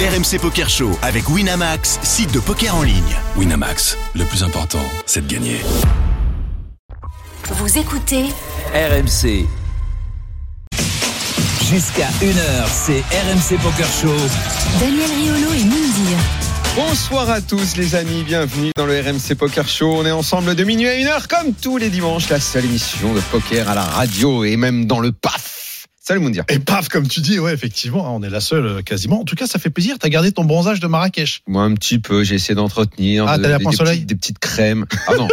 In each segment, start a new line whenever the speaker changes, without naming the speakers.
RMC Poker Show avec Winamax, site de poker en ligne.
Winamax, le plus important, c'est de gagner.
Vous écoutez
RMC. Jusqu'à 1h, c'est RMC Poker Show.
Daniel Riolo et Moundir.
Bonsoir à tous les amis, bienvenue dans le RMC Poker Show. On est ensemble de minuit à une heure comme tous les dimanches, la seule émission de poker à la radio et même dans le PAF. Salut Moundir.
Et paf, comme tu dis, ouais, effectivement, hein, on est la seule euh, quasiment. En tout cas, ça fait plaisir. T'as gardé ton bronzage de Marrakech.
Moi un petit peu, j'ai essayé d'entretenir.
Ah,
de-
t'as la
des,
pince
des
soleil
petites, des petites crèmes. Ah non,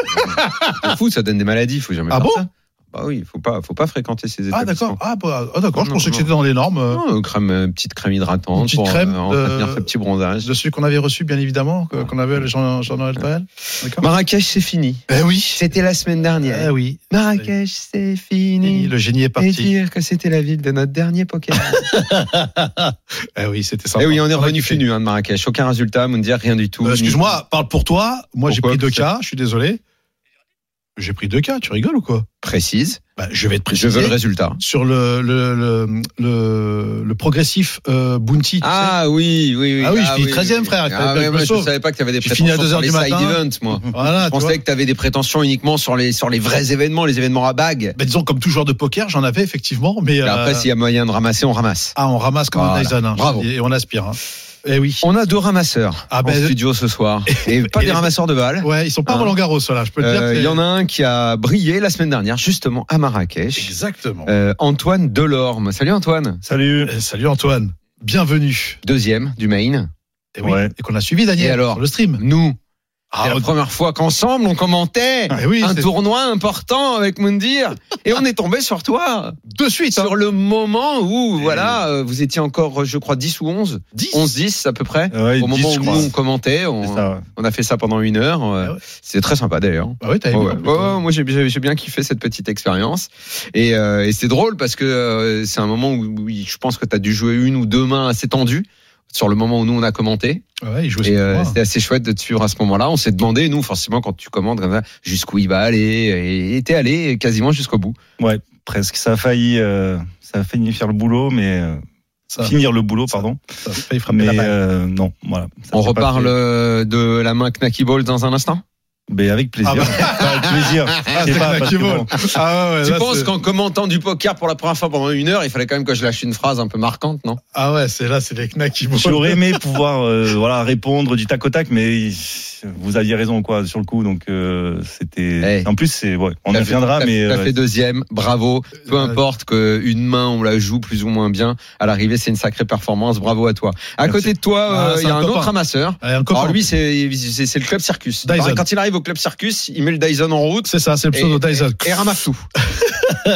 c'est fou, ça donne des maladies, faut jamais
Ah
faire
bon
ça. Bah oui, faut pas, faut pas fréquenter ces
Ah,
établissements.
d'accord. Ah, bah, ah, d'accord. Je
Non,
pensais que
non.
c'était dans les normes euh,
Non, euh, crème, euh, petite crème hydratante
Une petite
pour euh,
crème,
entretenir
euh,
ce petit bronzage.
de celui qu'on avait reçu, bien évidemment, que- qu'on avait avec Jean- Jean-Noël Paël. D'accord.
Marrakech, c'est fini.
Eh oui.
C'était la semaine dernière.
Eh oui. Eh
Marrakech, c'est fini.
Le génie est
Et
parti.
dire que c'était la ville de notre dernier poker.
Eh oui, c'était sympa.
Eh oui, on est revenu
a kiffé.
fini hein, de Marrakech. Aucun résultat, Moundir, rien du tout.
Euh, Excuse-moi, parle pour toi. Moi, j'ai
Pourquoi
pris deux
que ça-
cas. Je suis désolé. J'ai pris deux cas. Tu rigoles ou quoi
Précise.
Bah, Je vais te
Je
préciser.
veux le résultat.
sur le le, le, le, le progressif euh, Bounty. tu
Ah oui, oui, oui.
Ah oui, je finis 13e, frère. Il fallait
Ah,
bien que
ouais,
je me
moi, je
sauve.
ne savais pas que tu avais des
J'ai fini à
prétentions sur
2 heures
les side
du matin.
events, moi.
sais. Voilà,
Je
tu vois.
pensais que tu avais des prétentions uniquement sur les, sur les vrais événements, les événements à bague.
Bah, disons, comme tout joueur de poker, j'en avais effectivement, mais.
Et Après,
euh,
s'il y a moyen de ramasser, on ramasse.
Ah, on ramasse comme
Voilà.
un Dyson. hein,
Bravo.
Et on aspire. hein. Eh oui.
On a deux ramasseurs
Ah,
en
ben,
studio ce soir. Et pas
et
des
les-
ramasseurs de balles.
Ouais, ils sont pas
Hein.
Roland Garros, là, je peux te dire.
Euh,
que
Il
c'est-
y en a un qui a brillé la semaine dernière, justement à Marrakech.
Exactement.
Euh, Antoine Delorme. Salut Antoine.
Salut. salut Antoine. Bienvenue.
Deuxième du Maine.
Et, oui, et qu'on a suivi Daniel
Et alors
sur le stream.
Nous,
Ah,
c'est la
on-
première fois qu'ensemble on commentait
Ah, oui,
un
c'est-
tournoi important avec Moundir et on est tombé sur toi
de suite. hein.
sur le moment où voilà, euh, vous étiez encore je crois 10 ou 11,
10.
11 10 à peu près.
Ah Ouais,
Euh,
Au
10,
moment
je
où
crois.
nous, on commentait, on,
C'est ça, ouais.
on a fait ça pendant une heure. euh,
Ah ouais.
C'était très sympa d'ailleurs.
Ah oui, t'avais
Ouais,
vu,
ouais.
plutôt.
Ouais, ouais, moi j'ai- j'ai j'ai bien kiffé cette petite expérience et, euh, et c'est drôle parce que euh, c'est un moment où, où je pense que tu as dû jouer une ou deux mains assez tendues sur le moment où nous on a commenté.
Ah Ouais, il joue
Et euh,
aussi. pour moi. hein.
c'était assez chouette de te suivre à ce moment-là. On s'est demandé, nous, forcément, quand tu commandes comme ça, jusqu'où il va aller. Et et t'es allé quasiment jusqu'au bout.
Presque. Ça a failli, euh, ça a failli faire le boulot, mais euh,
Ça,
finir le boulot, pardon.
ça a failli frapper
Mais
la balle.
euh, non, voilà. Ça
On
s'est pas
reparle
fait.
euh, de la main Knacky Ball dans un instant.
Mais avec plaisir.
Ah bah.
Enfin, avec plaisir.
Ah,
Je sais
c'est
pas,
Knack
parce
qui
que
vole.
bon,
Ah ouais, ouais,
tu
là,
penses
c'est-
qu'en commentant du poker pour la première fois pendant une heure, il fallait quand même que je lâche une phrase un peu marquante, non
Ah ouais, c'est là, c'est les knacks qui volent.
J'aurais aimé pouvoir euh, voilà, répondre du tac au tac, mais vous aviez raison quoi sur le coup. Donc euh, c'était.
Hey.
En plus, c'est ouais, on y
T'as fait-
reviendra,
t'as-
mais
T'as
euh,
fait deuxième, bravo. Peu
Euh,
importe qu'une main, on la joue plus ou moins bien. À l'arrivée, c'est une sacrée performance. Bravo à toi. À
Merci.
côté de toi,
Ah,
euh,
c'est
il y a
un
un
copain.
autre ramasseur.
Allez, un copain.
Alors Ah, lui, c'est c'est- c'est le club Circus.
Dyson.
Alors, Quand il arrive au club Circus, il met le Dyson en route.
C'est ça, c'est le pseudo
Et-
Dyson.
et ramasse tout.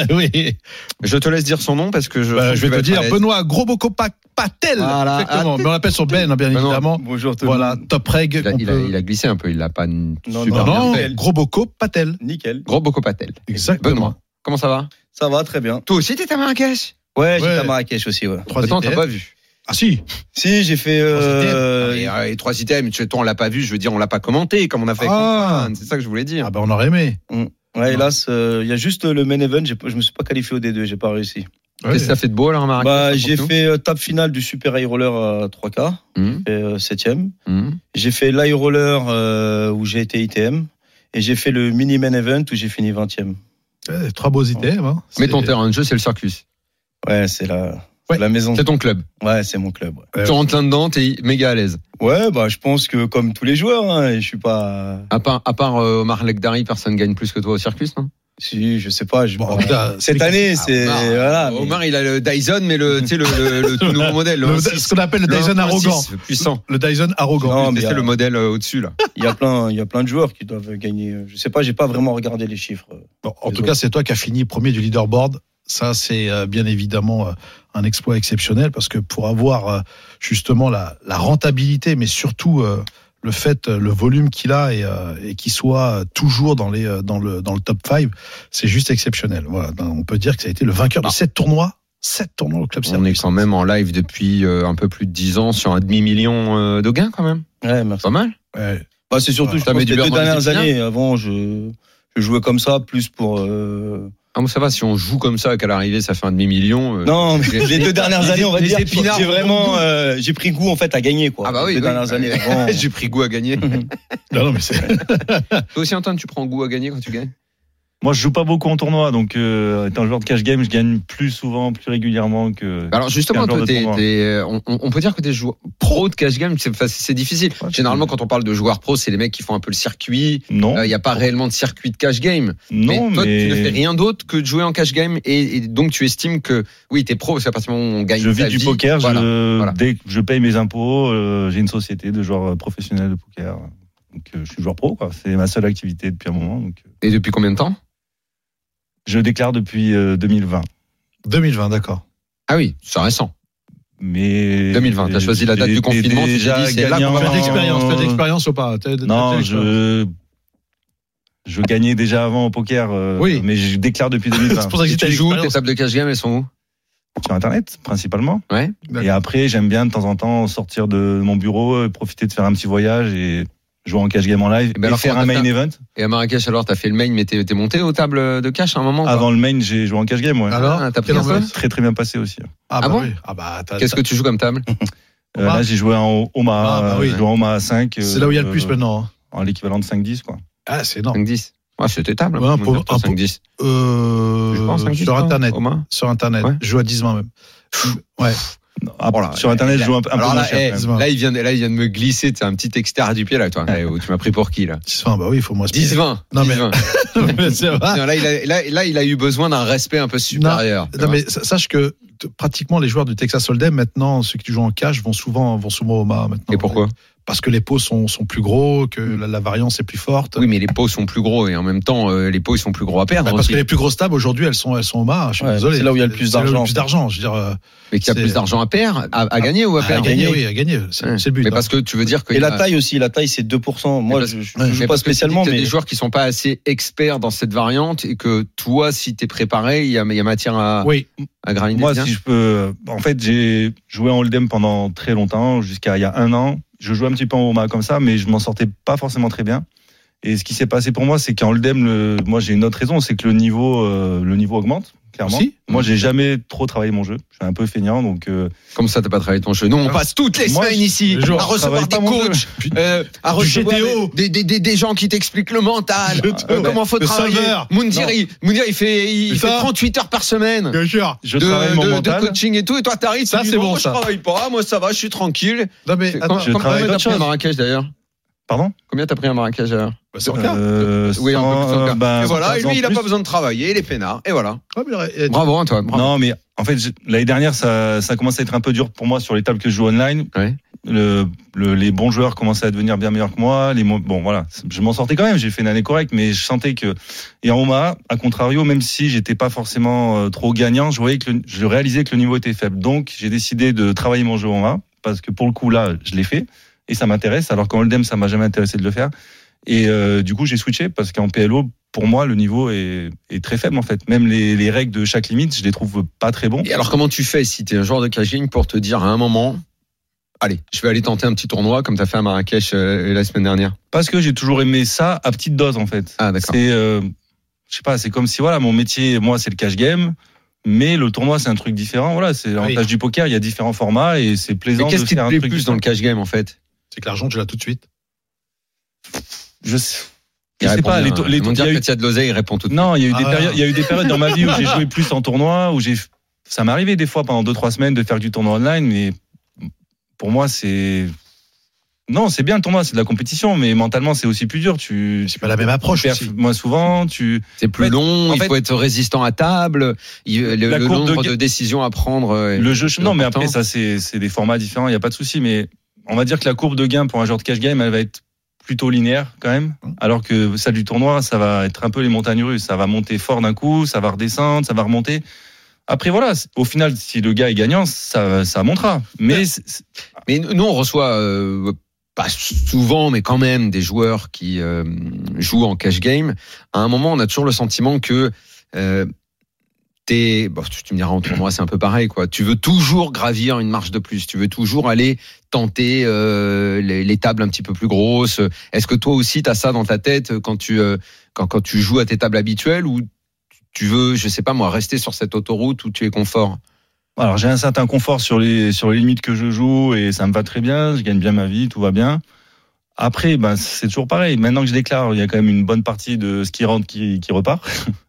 oui.
Je te laisse dire son nom parce que je.
Bah,
trouve
je
qu'il
vais te
va être à
dire,
l'aise.
Benoît Groboko Patel.
Voilà. Ah,
Exactement. Mais on l'appelle sur Ben, hein, bien
Benoît.
évidemment.
bonjour tout le
Voilà, top reg.
Il a,
qu'on
il a-
peut-
il a glissé un peu, il l'a pas n-
Non,
super
Non,
bien
non,
fait.
Groboko Patel.
monde. Nickel.
Gros Bocopatel.
Exactement.
Benoît, comment ça va
Ça va très bien.
Toi aussi, t'étais à Marrakech
Ouais,
j'étais à
Marrakech aussi. Ouais.
Trois
Attends, t'as
ITF.
pas vu
Ah si.
Si j'ai fait.
et, euh, et trois items, tu- toi on l'a pas vu, je veux dire on l'a pas commenté comme on a fait avec
Ah.
Antoine, c'est ça que je voulais dire.
Ah bah on aurait aimé.
Ouais, hélas, euh, il y a juste le main event, j'ai pas- je me suis pas qualifié au D2, j'ai pas réussi.
bah Ouais.
Qu'est-ce que ça fait de beau alors à Marrakech
Bah,
Ah, pour
j'ai
nous
fait euh, table finale du Super High Roller à 3K,
Bah,
Hum,
et, euh, 7ème.
hum.
J'ai fait l'High Roller euh, où j'ai été ITM. Et j'ai fait le mini main event où j'ai fini 20ème.
Ouais, trois beaux ITM. Hein.
Mais
C'est-
ton terrain de jeu, c'est le circus.
Ouais, c'est la,
Ouais.
la maison.
C'est ton club.
Ouais, c'est mon club. Ouais.
Bah Ouais.
Tu rentres là-dedans, t'es méga à l'aise.
Ouais, bah, je pense que comme tous les joueurs, hein, je suis pas.
À part, à part euh, Omar Legdari, personne gagne plus que toi au circus, non
Si, je sais pas. je-
Bon, en tout cas,
Cette année, c'est.
Omar,
voilà. mais-
Ah, euh, Omar, il a le Dyson, mais le, tu sais, le, le, le tout nouveau modèle. le
le-
1.6.
ce qu'on appelle le Dyson
Le 1.6,
arrogant.
Puissant.
Le Dyson arrogant.
Non, mais
Mais
il y
c'est
a-
le modèle euh, au-dessus là.
il y a plein, il y a plein de joueurs qui doivent gagner. Je sais pas, j'ai pas vraiment regardé les chiffres.
Bon, en tout cas, c'est toi qui as fini premier du leaderboard. Ça, c'est euh, bien évidemment euh, un exploit exceptionnel parce que pour avoir euh, justement la, la rentabilité, mais surtout euh, le fait, euh, le volume qu'il a et, euh, et qu'il soit euh, toujours dans, les, euh, dans, le, dans le top 5, c'est juste exceptionnel. Voilà, Ben, on peut dire que ça a été le vainqueur de sept tournois. sept tournois au club
Ah. On est
Service.
quand même en live depuis euh, un peu plus de 10 ans sur un demi-million euh, de gains quand même.
Ouais, merci.
Pas mal.
Ouais.
Bah, c'est surtout
Ouais.
je
T'as
pense,
mis du
les
beurre
deux
dans les
dernières
épinards
années. Avant, je, je jouais comme ça, plus pour euh,
Ah, bon, ça va, si on joue comme ça, qu'à l'arrivée, ça fait un demi-million. euh,
Non, mais
les-
les deux dernières
les-
années, on va
les
dire,
épinards
j'ai
ont
vraiment,
goût.
euh, j'ai pris goût en fait à gagner quoi.
Ah bah oui,
les deux
oui.
dernières années. vraiment.
J'ai pris goût à gagner.
Non, non, mais c'est.
Toi aussi, Antoine, tu prends goût à gagner quand tu gagnes
Moi, je joue pas beaucoup en tournoi, donc euh, étant joueur de cash game, je gagne plus souvent, plus régulièrement que.
Alors justement,
Quel genre
toi,
de
t'es-
tournoi
t'es, euh, on, on peut dire que t'es joueur pro de cash game, c'est enfin, c'est difficile.
Ouais,
Généralement, quand on parle de joueurs pro, c'est les mecs qui font un peu le circuit.
Non,
Il n'y a pas réellement de circuit de cash game. mais
non, mais,
toi, tu ne fais rien d'autre que de jouer en cash game et, et donc tu estimes que oui, t'es pro, c'est à partir du moment où on gagne
je
sa
vis du
vie.
poker.
Voilà.
je,
voilà.
Dès que je paye mes impôts, euh, j'ai une société de joueurs euh, professionnels de poker. Donc, euh, je suis joueur pro, quoi. C'est ma seule activité depuis un moment. Donc, euh,
Et depuis combien de temps
je déclare depuis euh, 2020.
2020, d'accord.
Ah oui, c'est récent.
Mais
2020, t'as choisi la date
j'ai-
du confinement,
j'ai
tu t'es
déjà
dit, c'est là qu'on
gagné
va
Fais
en-
de l'expérience, fais de l'expérience ou pas T'as- t'as- t'as
Non,
de l'expérience
je je gagnais déjà avant au poker, euh,
Oui.
mais je déclare depuis 2020
C'est pour ça que
Et
j'étais
tu
à
joues, tes
l'expérience.
tables de cash game, elles sont où
sur internet principalement.
Ouais.
Et
D'accord.
après, j'aime bien de temps en temps sortir de mon bureau, euh, profiter de faire un petit voyage et jouer en cash game en live
Et
et,
ben alors,
faire
comment
un
t'as
main
fait
event.
Et à Marrakech, alors, t'as fait le main, mais t'es t'es monté aux tables de cash à un moment quoi.
Avant le main, j'ai joué en cash game. Ouais.
Alors,
Ah, t'as pris
quelle
un peu
ambiance
Très très bien passé aussi.
Ah,
Ah
bah
bon
oui. Ah bah, t'as-
Qu'est-ce que tu joues comme table
Euh, là, j'ai joué en Omaha,
Ah, bah oui.
j'ai joué en Omaha 5. euh,
C'est là où il y a le plus
euh,
maintenant. hein.
En l'équivalent de 5-10 quoi.
Ah, c'est énorme.
5-10. Ouais, c'était table.
Ouais, un pauvre- un pauvre-
5-10.
Euh,
Je pense 5-10,
sur
hein,
Internet.
au moins.
Sur Internet.
Ouais.
Je joue à 10 mains même. Ouais.
Non, ah,
Oh là,
sur internet, je joue un, peu- un peu
Alors
moins
là,
cher.
eh,
quand même.
même.
là, il vient, de- là, il vient de me glisser, c'est un petit extérieur du pied là, toi. Eh, oh, tu m'as pris pour qui là
10 mains, bah oui, il faut moi.
10-20.
Non, mais-
10-20.
c'est vrai.
Non, là, il a, là, là, il a eu besoin d'un respect un peu supérieur. tu
Non,
vois.
mais sa- sache que t- pratiquement les joueurs du Texas Hold'em maintenant, ceux qui jouent en cash vont souvent vont souvent au mât maintenant.
Et pourquoi
Parce que les pots sont, sont plus gros, que la, la variance est plus forte.
Oui, mais les pots sont plus gros et en même temps, euh, les pots ils sont plus gros à perdre.
Bah, parce
aussi.
que les plus grosses tables aujourd'hui, elles sont elles sont au mât. Je suis
Ouais,
désolé.
c'est là où il y a le plus
C'est là où il y a
d'argent.
le plus d'argent. Je veux dire, euh,
Mais qu'il y a
c'est-
plus d'argent à perdre, à, à gagner ou à
à
perdre
gagner, oui, à gagner. C'est
Ouais.
c'est le but.
Mais
hein.
parce que tu veux dire que
Et la taille aussi, la taille c'est 2%.
ah. Mais
Moi,
parce-
je, je
ouais,
joue
Mais
pas
parce que tu dis
spécialement,
qu'il y a
mais
des joueurs qui sont pas assez experts dans cette variante et que toi, si t'es préparé, il y a, il y a matière à,
Oui.
à grinder.
Moi,
bien.
si je peux. En fait, j'ai joué en Hold'em pendant très longtemps, jusqu'à il y a un an. Je jouais un petit peu en Oma comme ça, mais je m'en sortais pas forcément très bien. Et ce qui s'est passé pour moi, c'est qu'en Hold'em, le- moi, j'ai une autre raison, c'est que le niveau, euh, le niveau augmente, clairement.
Aussi
moi, j'ai jamais trop travaillé mon jeu. Je suis un peu feignant, donc. euh,
Comme ça, t'as pas travaillé ton jeu. Nous, on passe toutes les
moi,
semaines
je-
ici
je
à recevoir
travaille
des
pas mon
coachs, euh, à
Du
recevoir
GTO.
des, des, des, des gens qui t'expliquent le mental,
Le
euh,
GTO.
comment faut
Le
travailler.
solveur.
Moundir, il, Moundir, il fait, il
Putain.
fait 38 heures par semaine.
Bien sûr.
je
de,
travaille mon
de- de
mental.
coaching et tout, et toi t'arrives,
Ça,
tu dis,
c'est bon,
moi,
ça.
Je travaille pas, moi ça va, je suis tranquille.
Non mais
C'est-
attends,
com-
je
com-
travaille
combien t'as
d'autres
pris à
choses.
Marrakech d'ailleurs
Pardon
Combien t'as pris à Marrakech d'ailleurs
bah, c'est en cas.
Euh,
Oui, un peu
sans-
plus en cas.
ben,
Et voilà, et
sans
lui il a
plus.
pas besoin de travailler, il est peinard, Ah, et voilà.
Ouais, mais le-
Bravo hein, toi. bravo.
Non, mais en fait, je- l'année dernière, ça, ça commence à être un peu dur pour moi sur les tables que je joue online.
Ouais.
Le- le- les bons joueurs commençaient à devenir bien meilleurs que moi. Les, mo- bon, voilà, je m'en sortais quand même. J'ai fait une année correcte, mais je sentais que. Et en Omaha, à contrario, même si j'étais pas forcément euh, trop gagnant, je voyais que le- je réalisais que le niveau était faible. Donc, j'ai décidé de travailler mon jeu en Omaha parce que pour le coup là, je l'ai fait et ça m'intéresse. Alors qu'en Hold'em, ça m'a jamais intéressé de le faire. Et euh, du coup, j'ai switché parce qu'en PLO, pour moi, le niveau est, est très faible en fait. Même les, les règles de chaque limite, je les trouve pas très bons.
Et alors comment tu fais si t'es un joueur de cash game pour te dire à un moment, allez, je vais aller tenter un petit tournoi comme t'as fait à Marrakech euh, la semaine dernière
Parce que j'ai toujours aimé ça à petite dose en fait.
Ah d'accord.
C'est, euh, je sais pas, c'est comme si voilà, mon métier, moi, c'est le cash game. Mais le tournoi, c'est un truc différent. Voilà, c'est l'avantage du poker. Il y a différents formats et c'est plaisant
Mais qu'est-ce
de
qui
faire
te
un
plaît
truc
plus dans le cash game en fait
C'est que l'argent tu l'as tout de suite.
Je sais, je sais pas. Les, to- les to- il y a eu-
que t'as de l'oseille, il répond tout de suite.
Non, il y a eu
Ah
des
ouais.
périodes, il y a eu des périodes dans ma vie où j'ai joué plus en tournoi, où j'ai, ça m'est arrivé des fois pendant deux trois semaines de faire du tournoi online, mais pour moi c'est, non, c'est bien le tournoi, c'est de la compétition, mais mentalement c'est aussi plus dur. Tu,
C'est pas la même approche.
tu perds
aussi.
moins souvent, tu,
C'est plus
En fait-
long,
en
il
fait-
faut être résistant à table, il- le,
La
le
courbe de
nombre de,
ga-
décisions à prendre. euh,
le jeu, non, mais après
important.
ça c'est, c'est des formats différents, il y a pas de souci, mais on va dire que la courbe de gain pour un joueur de cash game, elle va être plutôt linéaire quand même, alors que celle du tournoi, ça va être un peu les montagnes russes, ça va monter fort d'un coup, ça va redescendre, ça va remonter. Après voilà, c- au final, si le gars est gagnant, ça, ça montera. Mais c'est- c'est-
Mais nous, on reçoit euh, pas souvent, mais quand même des joueurs qui euh, jouent en cash game. À un moment, on a toujours le sentiment que euh, t'es. Bon, tu, tu me diras en tournoi, c'est un peu pareil, quoi. Tu veux toujours gravir une marche de plus. Tu veux toujours aller tenter euh, les, les tables un petit peu plus grosses. Est-ce que toi aussi, t'as ça dans ta tête quand tu euh, quand, quand tu joues à tes tables habituelles ou tu veux, je sais pas moi, rester sur cette autoroute où tu es confort.
Alors j'ai un certain confort sur les sur les limites que je joue et ça me va très bien, je gagne bien ma vie, tout va bien. Après, ben, c'est toujours pareil. Maintenant que je déclare, il y a quand même une bonne partie de ce qui rentre qui, qui repart.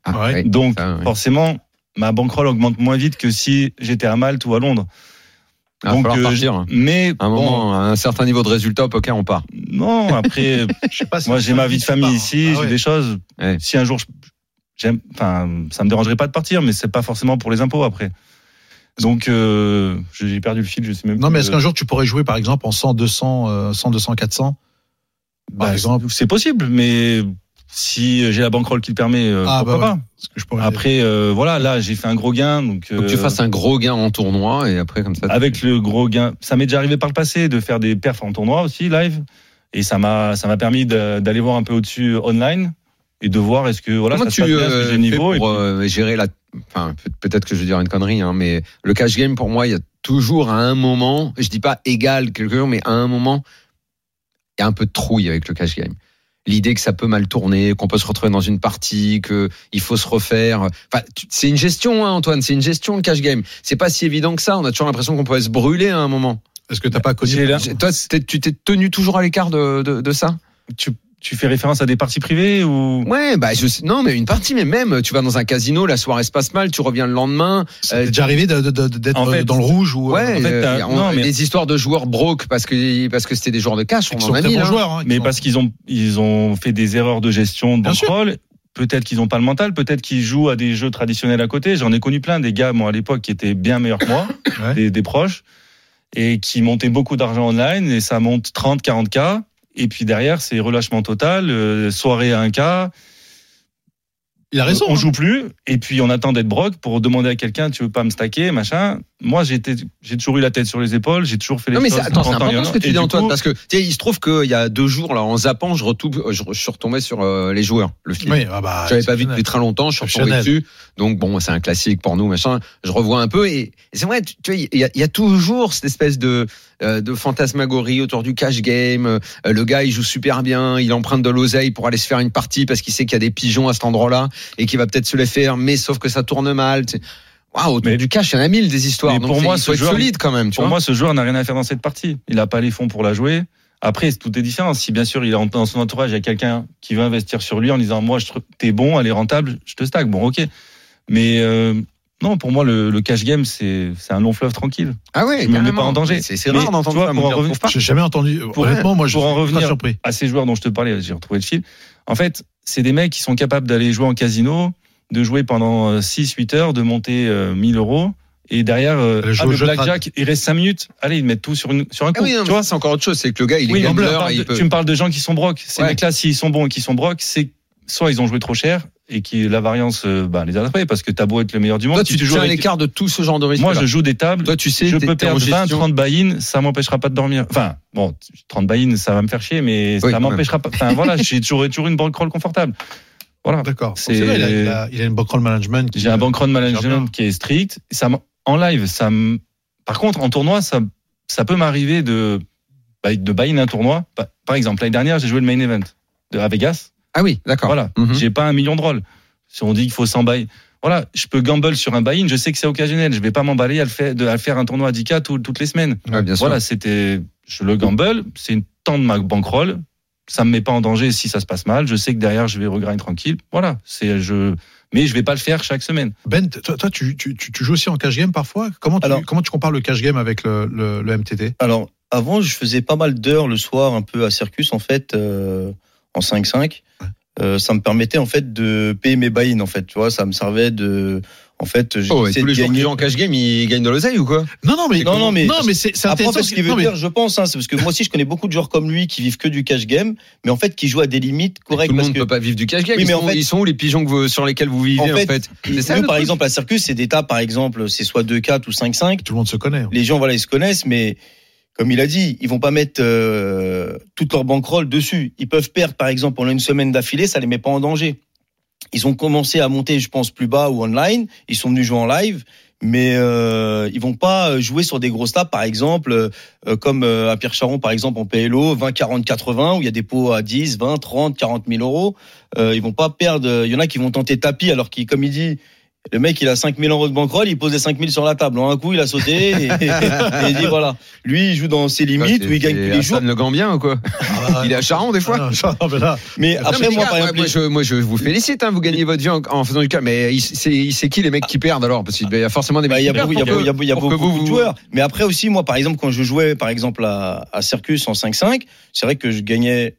Ah,
Ouais.
ouais,
Donc
ça, ouais.
forcément, ma bankroll augmente moins vite que si j'étais à Malte ou à Londres.
Ah, va falloir
euh,
partir. hein.
je- mais
À un
bon,
moment, à un certain niveau de résultat au poker, on part.
non. Après,
Je sais pas si
moi
c'est
j'ai ma
ça
vie de
qui part,
famille
hein.
ici,
Ah
j'ai
ouais.
des choses.
Ouais.
Si un jour, je- j'aime, enfin, ça me dérangerait pas de partir, mais c'est pas forcément pour les impôts après. Donc euh, j'ai perdu le fil, je sais même.
Non,
plus,
mais est-ce
euh,
qu'un jour tu pourrais jouer par exemple en 100, 200, euh, 100, 200, 400 Par
Bah,
exemple,
C'est possible, mais si j'ai la bankroll qui le permet, euh,
Ah,
pourquoi
bah
pas.
ce que je pourrais.
Après, euh, voilà, là, j'ai fait un gros gain, donc,
Faut que tu
euh,
fasses un gros gain en tournoi et après comme ça. tu-
avec le gros gain. Ça m'est déjà arrivé par le passé de faire des perfs en tournoi aussi live, et ça m'a ça m'a permis de- d'aller voir un peu au-dessus euh, online et de voir est-ce que voilà
Comment
ça se passe
tu
bien, est-ce que
euh,
j'ai
fais
le niveau. et
pour
puis-
euh, gérer la Enfin, peut- peut-être que je vais dire une connerie, hein, mais le cash game pour moi, il y a toujours à un moment, je dis pas égal quelqu'un, mais à un moment, il y a un peu de trouille avec le cash game. L'idée que ça peut mal tourner, qu'on peut se retrouver dans une partie, que il faut se refaire. Enfin, tu- c'est une gestion, hein, Antoine. C'est une gestion le cash game. C'est pas si évident que ça. On a toujours l'impression qu'on pourrait se brûler à un moment.
Est-ce que t'as pas connu
J'ai la-
Toi, t'es- tu t'es tenu toujours à l'écart de, de- de ça.
tu,
euh,
tu fais référence à des parties privées ou
Ouais, bah je sais- non, mais une partie, mais même, tu vas dans un casino, la soirée se passe mal, tu reviens le lendemain.
Ça
euh,
t'est déjà arrivé de- de- de- d'être
En fait,
euh, dans le rouge ou euh,
Ouais,
en fait,
euh,
t'as-
y a-
non,
on-
mais-
des histoires de joueurs broke parce que parce que c'était des joueurs de cash,
qui
on
sont
en a
très
mis.
bons
hein.
joueurs. hein, qui
mais
sont-
parce qu'ils ont ils ont fait des erreurs de gestion de
Bien sûr.
bankroll. Peut-être qu'ils n'ont pas le mental, peut-être qu'ils jouent à des jeux traditionnels à côté. J'en ai connu plein des gars, moi à l'époque, qui étaient bien meilleurs que moi,
Ouais.
des, des proches, et qui montaient beaucoup d'argent online, et ça monte 30, 40 k. Et puis derrière, c'est relâchement total, euh, soirée à 1 k.
il a raison.
On
hein.
joue plus, et puis on attend d'être broc pour demander à quelqu'un, tu veux pas me stacker, machin. Moi, j'étais, j'ai toujours eu la tête sur les épaules, j'ai toujours fait les
Non mais c'est-
choses.
attends,
en
c'est
temps et en
important ce que
heure.
tu
Et
dis
du
Antoine
coup,
parce que tu sais, il se trouve qu'il y a deux jours là en zappant, je, retombe, je, re- je suis retombé sur euh, les joueurs, le film.
Oui, ah bah,
J'avais pas vu
exceptionnel.
depuis très longtemps, je suis retombé
Exceptionnel.
dessus. Donc bon, c'est un classique pour nous, machin. Je revois un peu et, et c'est vrai, tu, tu vois, il y, a- il y a toujours cette espèce de, euh, de fantasmagorie autour du cash game. Euh, Le gars, il joue super bien, il emprunte de l'oseille pour aller se faire une partie parce qu'il sait qu'il y a des pigeons à cet endroit-là et qu'il va peut-être se les faire, mais sauf que ça tourne mal. tu sais. Waouh, autour
Mais-
du cash, il y en a mille des histoires.
mais
Donc
pour
c'est-
moi,
il
ce
faut être
joueur,
solide quand même. Tu
Pour
vois.
moi, ce joueur n'a rien à faire dans cette partie. Il n'a pas les fonds pour la jouer. Après, tout est différent. Si bien sûr, il a dans son entourage, il y a quelqu'un qui veut investir sur lui en disant Moi, je trouve- t'es bon, elle est rentable, je te stack. Bon, ok. Mais euh, non, pour moi, le, le cash game, c'est c'est un long fleuve tranquille.
ah ouais,
je me mets
carrément.
pas en danger.
C'est c'est
Mais
rare
tu
d'entendre
vois,
ça.
pour
mais
en
on le
revenir-
retrouve pas.
J'ai jamais entendu. Honnêtement, moi, je
pour en
suis très
revenir-
surpris.
À ces joueurs dont je te parlais, j'ai retrouvé le fil. En fait, c'est des mecs qui sont capables d'aller jouer en casino, de jouer pendant 6-8 heures, de monter euh, 1000 euros. Et derrière, euh,
Aller jouer
ah,
au
le
jeu de trad.
blackjack, il reste 5 minutes. Allez, ils mettent tout sur, une, sur un
Ah
coup.
oui, non, mais
tu vois,
ça, c'est encore autre chose, c'est que le gars, il est
oui, mais
gambler
tu, me parles
et il
de-
peut.
tu me parles de gens qui sont brocs. Ces
Ouais.
mecs-là, s'ils sont bons et qu'ils sont brocs, c'est soit ils ont joué trop cher et que la variance euh, bah, les a attrapés parce que t'as beau être le meilleur du monde.
Toi,
si
tu
joues
tiens à
avec-
l'écart de tout ce genre de risque.
Moi, je joue des tables.
Toi, tu sais,
je
t'es-
peux
t'es en
perdre 20,
gestion.
30 buy-in, ça m'empêchera pas de dormir. Enfin, bon, 30 buy-in, ça va me faire chier, mais
Oui, quand
ça
même.
m'empêchera pas. Enfin, voilà, j'ai toujours, toujours une bankroll confortable. Voilà.
D'accord.
C'est-
C'est vrai, il a- il a- il a une bankroll management. qui- euh,
J'ai un bankroll
gère bien.
management qui est strict. Ça, m- en live, ça. m- Par contre, en tournoi, ça, ça peut m'arriver de bah, de buy-in un tournoi. Pa- Par exemple, l'année dernière, j'ai joué le main event de- à Vegas.
Ah oui, d'accord.
Voilà,
Mhm.
j'ai pas un million de rolls. Si on dit qu'il faut 100 buy, voilà, je peux gamble sur un buy-in. Je sais que c'est occasionnel. Je vais pas m'emballer à le faire, de, à le faire un tournoi à 10K tout- toutes les semaines.
Ouais, bien sûr.
Voilà, c'était, je le gamble, c'est une temps de ma bankroll. Ça me met pas en danger si ça se passe mal. Je sais que derrière, je vais regagner tranquille. Voilà, c'est je, mais je vais pas le faire chaque semaine.
Ben, t- toi, toi, tu, tu- tu- tu joues aussi en cash game parfois comment tu,
Alors-
comment tu compares le cash game avec le, le- le MTT
Alors, avant, je faisais pas mal d'heures le soir, un peu à Circus, en fait, euh, en 5-5. Euh, ça me permettait, en fait, de payer mes buy en fait. Tu vois, ça me servait de. En fait,
Oh, ouais,
j'essayais
tous
de
les jours
gagner.
qu'ils jouent en cash game, ils gagnent de l'oseille ou quoi
Non, non, mais,
Non, non, mais-
c'est c'est
Après, en
intéressant.
fait, ce qu'il veut
non, mais-
dire, je pense, hein, c'est parce que moi aussi, je connais beaucoup de joueurs comme lui qui vivent que du cash game, mais en fait, qui jouent à des limites correctes.
Tout le
parce
monde
que
peut pas vivre du cash game.
Oui,
ils,
mais
sont,
en fait-
ils sont où les pigeons que vous- sur lesquels vous vivez en
En
fait,
fait,
C'est ça,
nous,
le
par
truc
exemple, à Circus, c'est des tas, par exemple, c'est soit 2-4 ou 5-5.
Tout le monde se connaît. hein.
Les gens, voilà, ils se connaissent, mais comme il a dit, ils vont pas mettre euh, toute leur bankroll dessus. Ils peuvent perdre, par exemple, pendant une semaine d'affilée, ça les met pas en danger. Ils ont commencé à monter, je pense, plus bas ou online. Ils sont venus jouer en live. mais euh, ils vont pas jouer sur des grosses tables, par exemple, euh, comme euh, à Pierre Charon, par exemple, en PLO, 20, 40, 80, où il y a des pots à 10, 20, 30, 40 000 euros. Euh, ils vont pas perdre. Il y en a qui vont tenter tapis, alors qu'il, comme il dit, le mec, il a 5 000 euros de bankroll, il pose les 5 000 sur la table. En un coup, il a sauté et, et il dit voilà. Lui, il joue dans ses limites,
Ah, C'est-
où il gagne
c'est
tous les jours.
Hassan le Gambien ou quoi Il est à Charon des fois
Ah, non, non, mais là,
Mais
Non, mais
après,
les
moi,
gars,
par exemple,
moi, je, moi, je vous félicite, hein, vous gagnez votre vie en, en faisant du cas. Mais il- c'est c'est qui les mecs qui perdent alors Parce qu'il y a forcément des
Bah,
mecs
Il y a
qui perdent.
beaucoup, il y a
pour
beaucoup- il y a beaucoup- il y a
pour que
beaucoup
vous-
de joueurs. Mais après aussi, moi, par exemple, quand je jouais, par exemple, à, à Circus en 5-5, c'est vrai que je gagnais,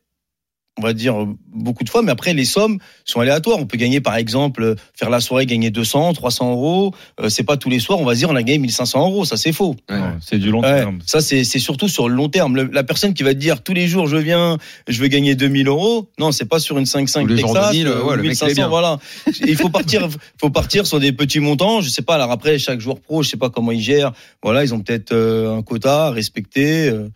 on va dire, beaucoup de fois, mais après, les sommes sont aléatoires. On peut gagner, par exemple, euh, faire la soirée, gagner 200, 300 euros. Euh, c'est pas tous les soirs, on va se dire, on a gagné 1500 euros. Ça, c'est faux.
Ouais.
Non, C'est du long
Ouais,
terme.
ça, c'est c'est surtout sur le long terme. Le- la personne qui va te dire, tous les jours, je viens, je veux gagner 2000 euros. Non, c'est pas sur une 5-5
Tous les jours,
Texas,
2000,
euh,
ouais, le mec, il est
1500,
bien.
voilà. Et Il faut partir, faut partir sur des petits montants. Je sais pas, alors après, chaque joueur pro, je sais pas comment ils gèrent. Voilà, ils ont peut-être euh, un quota à respecter. euh.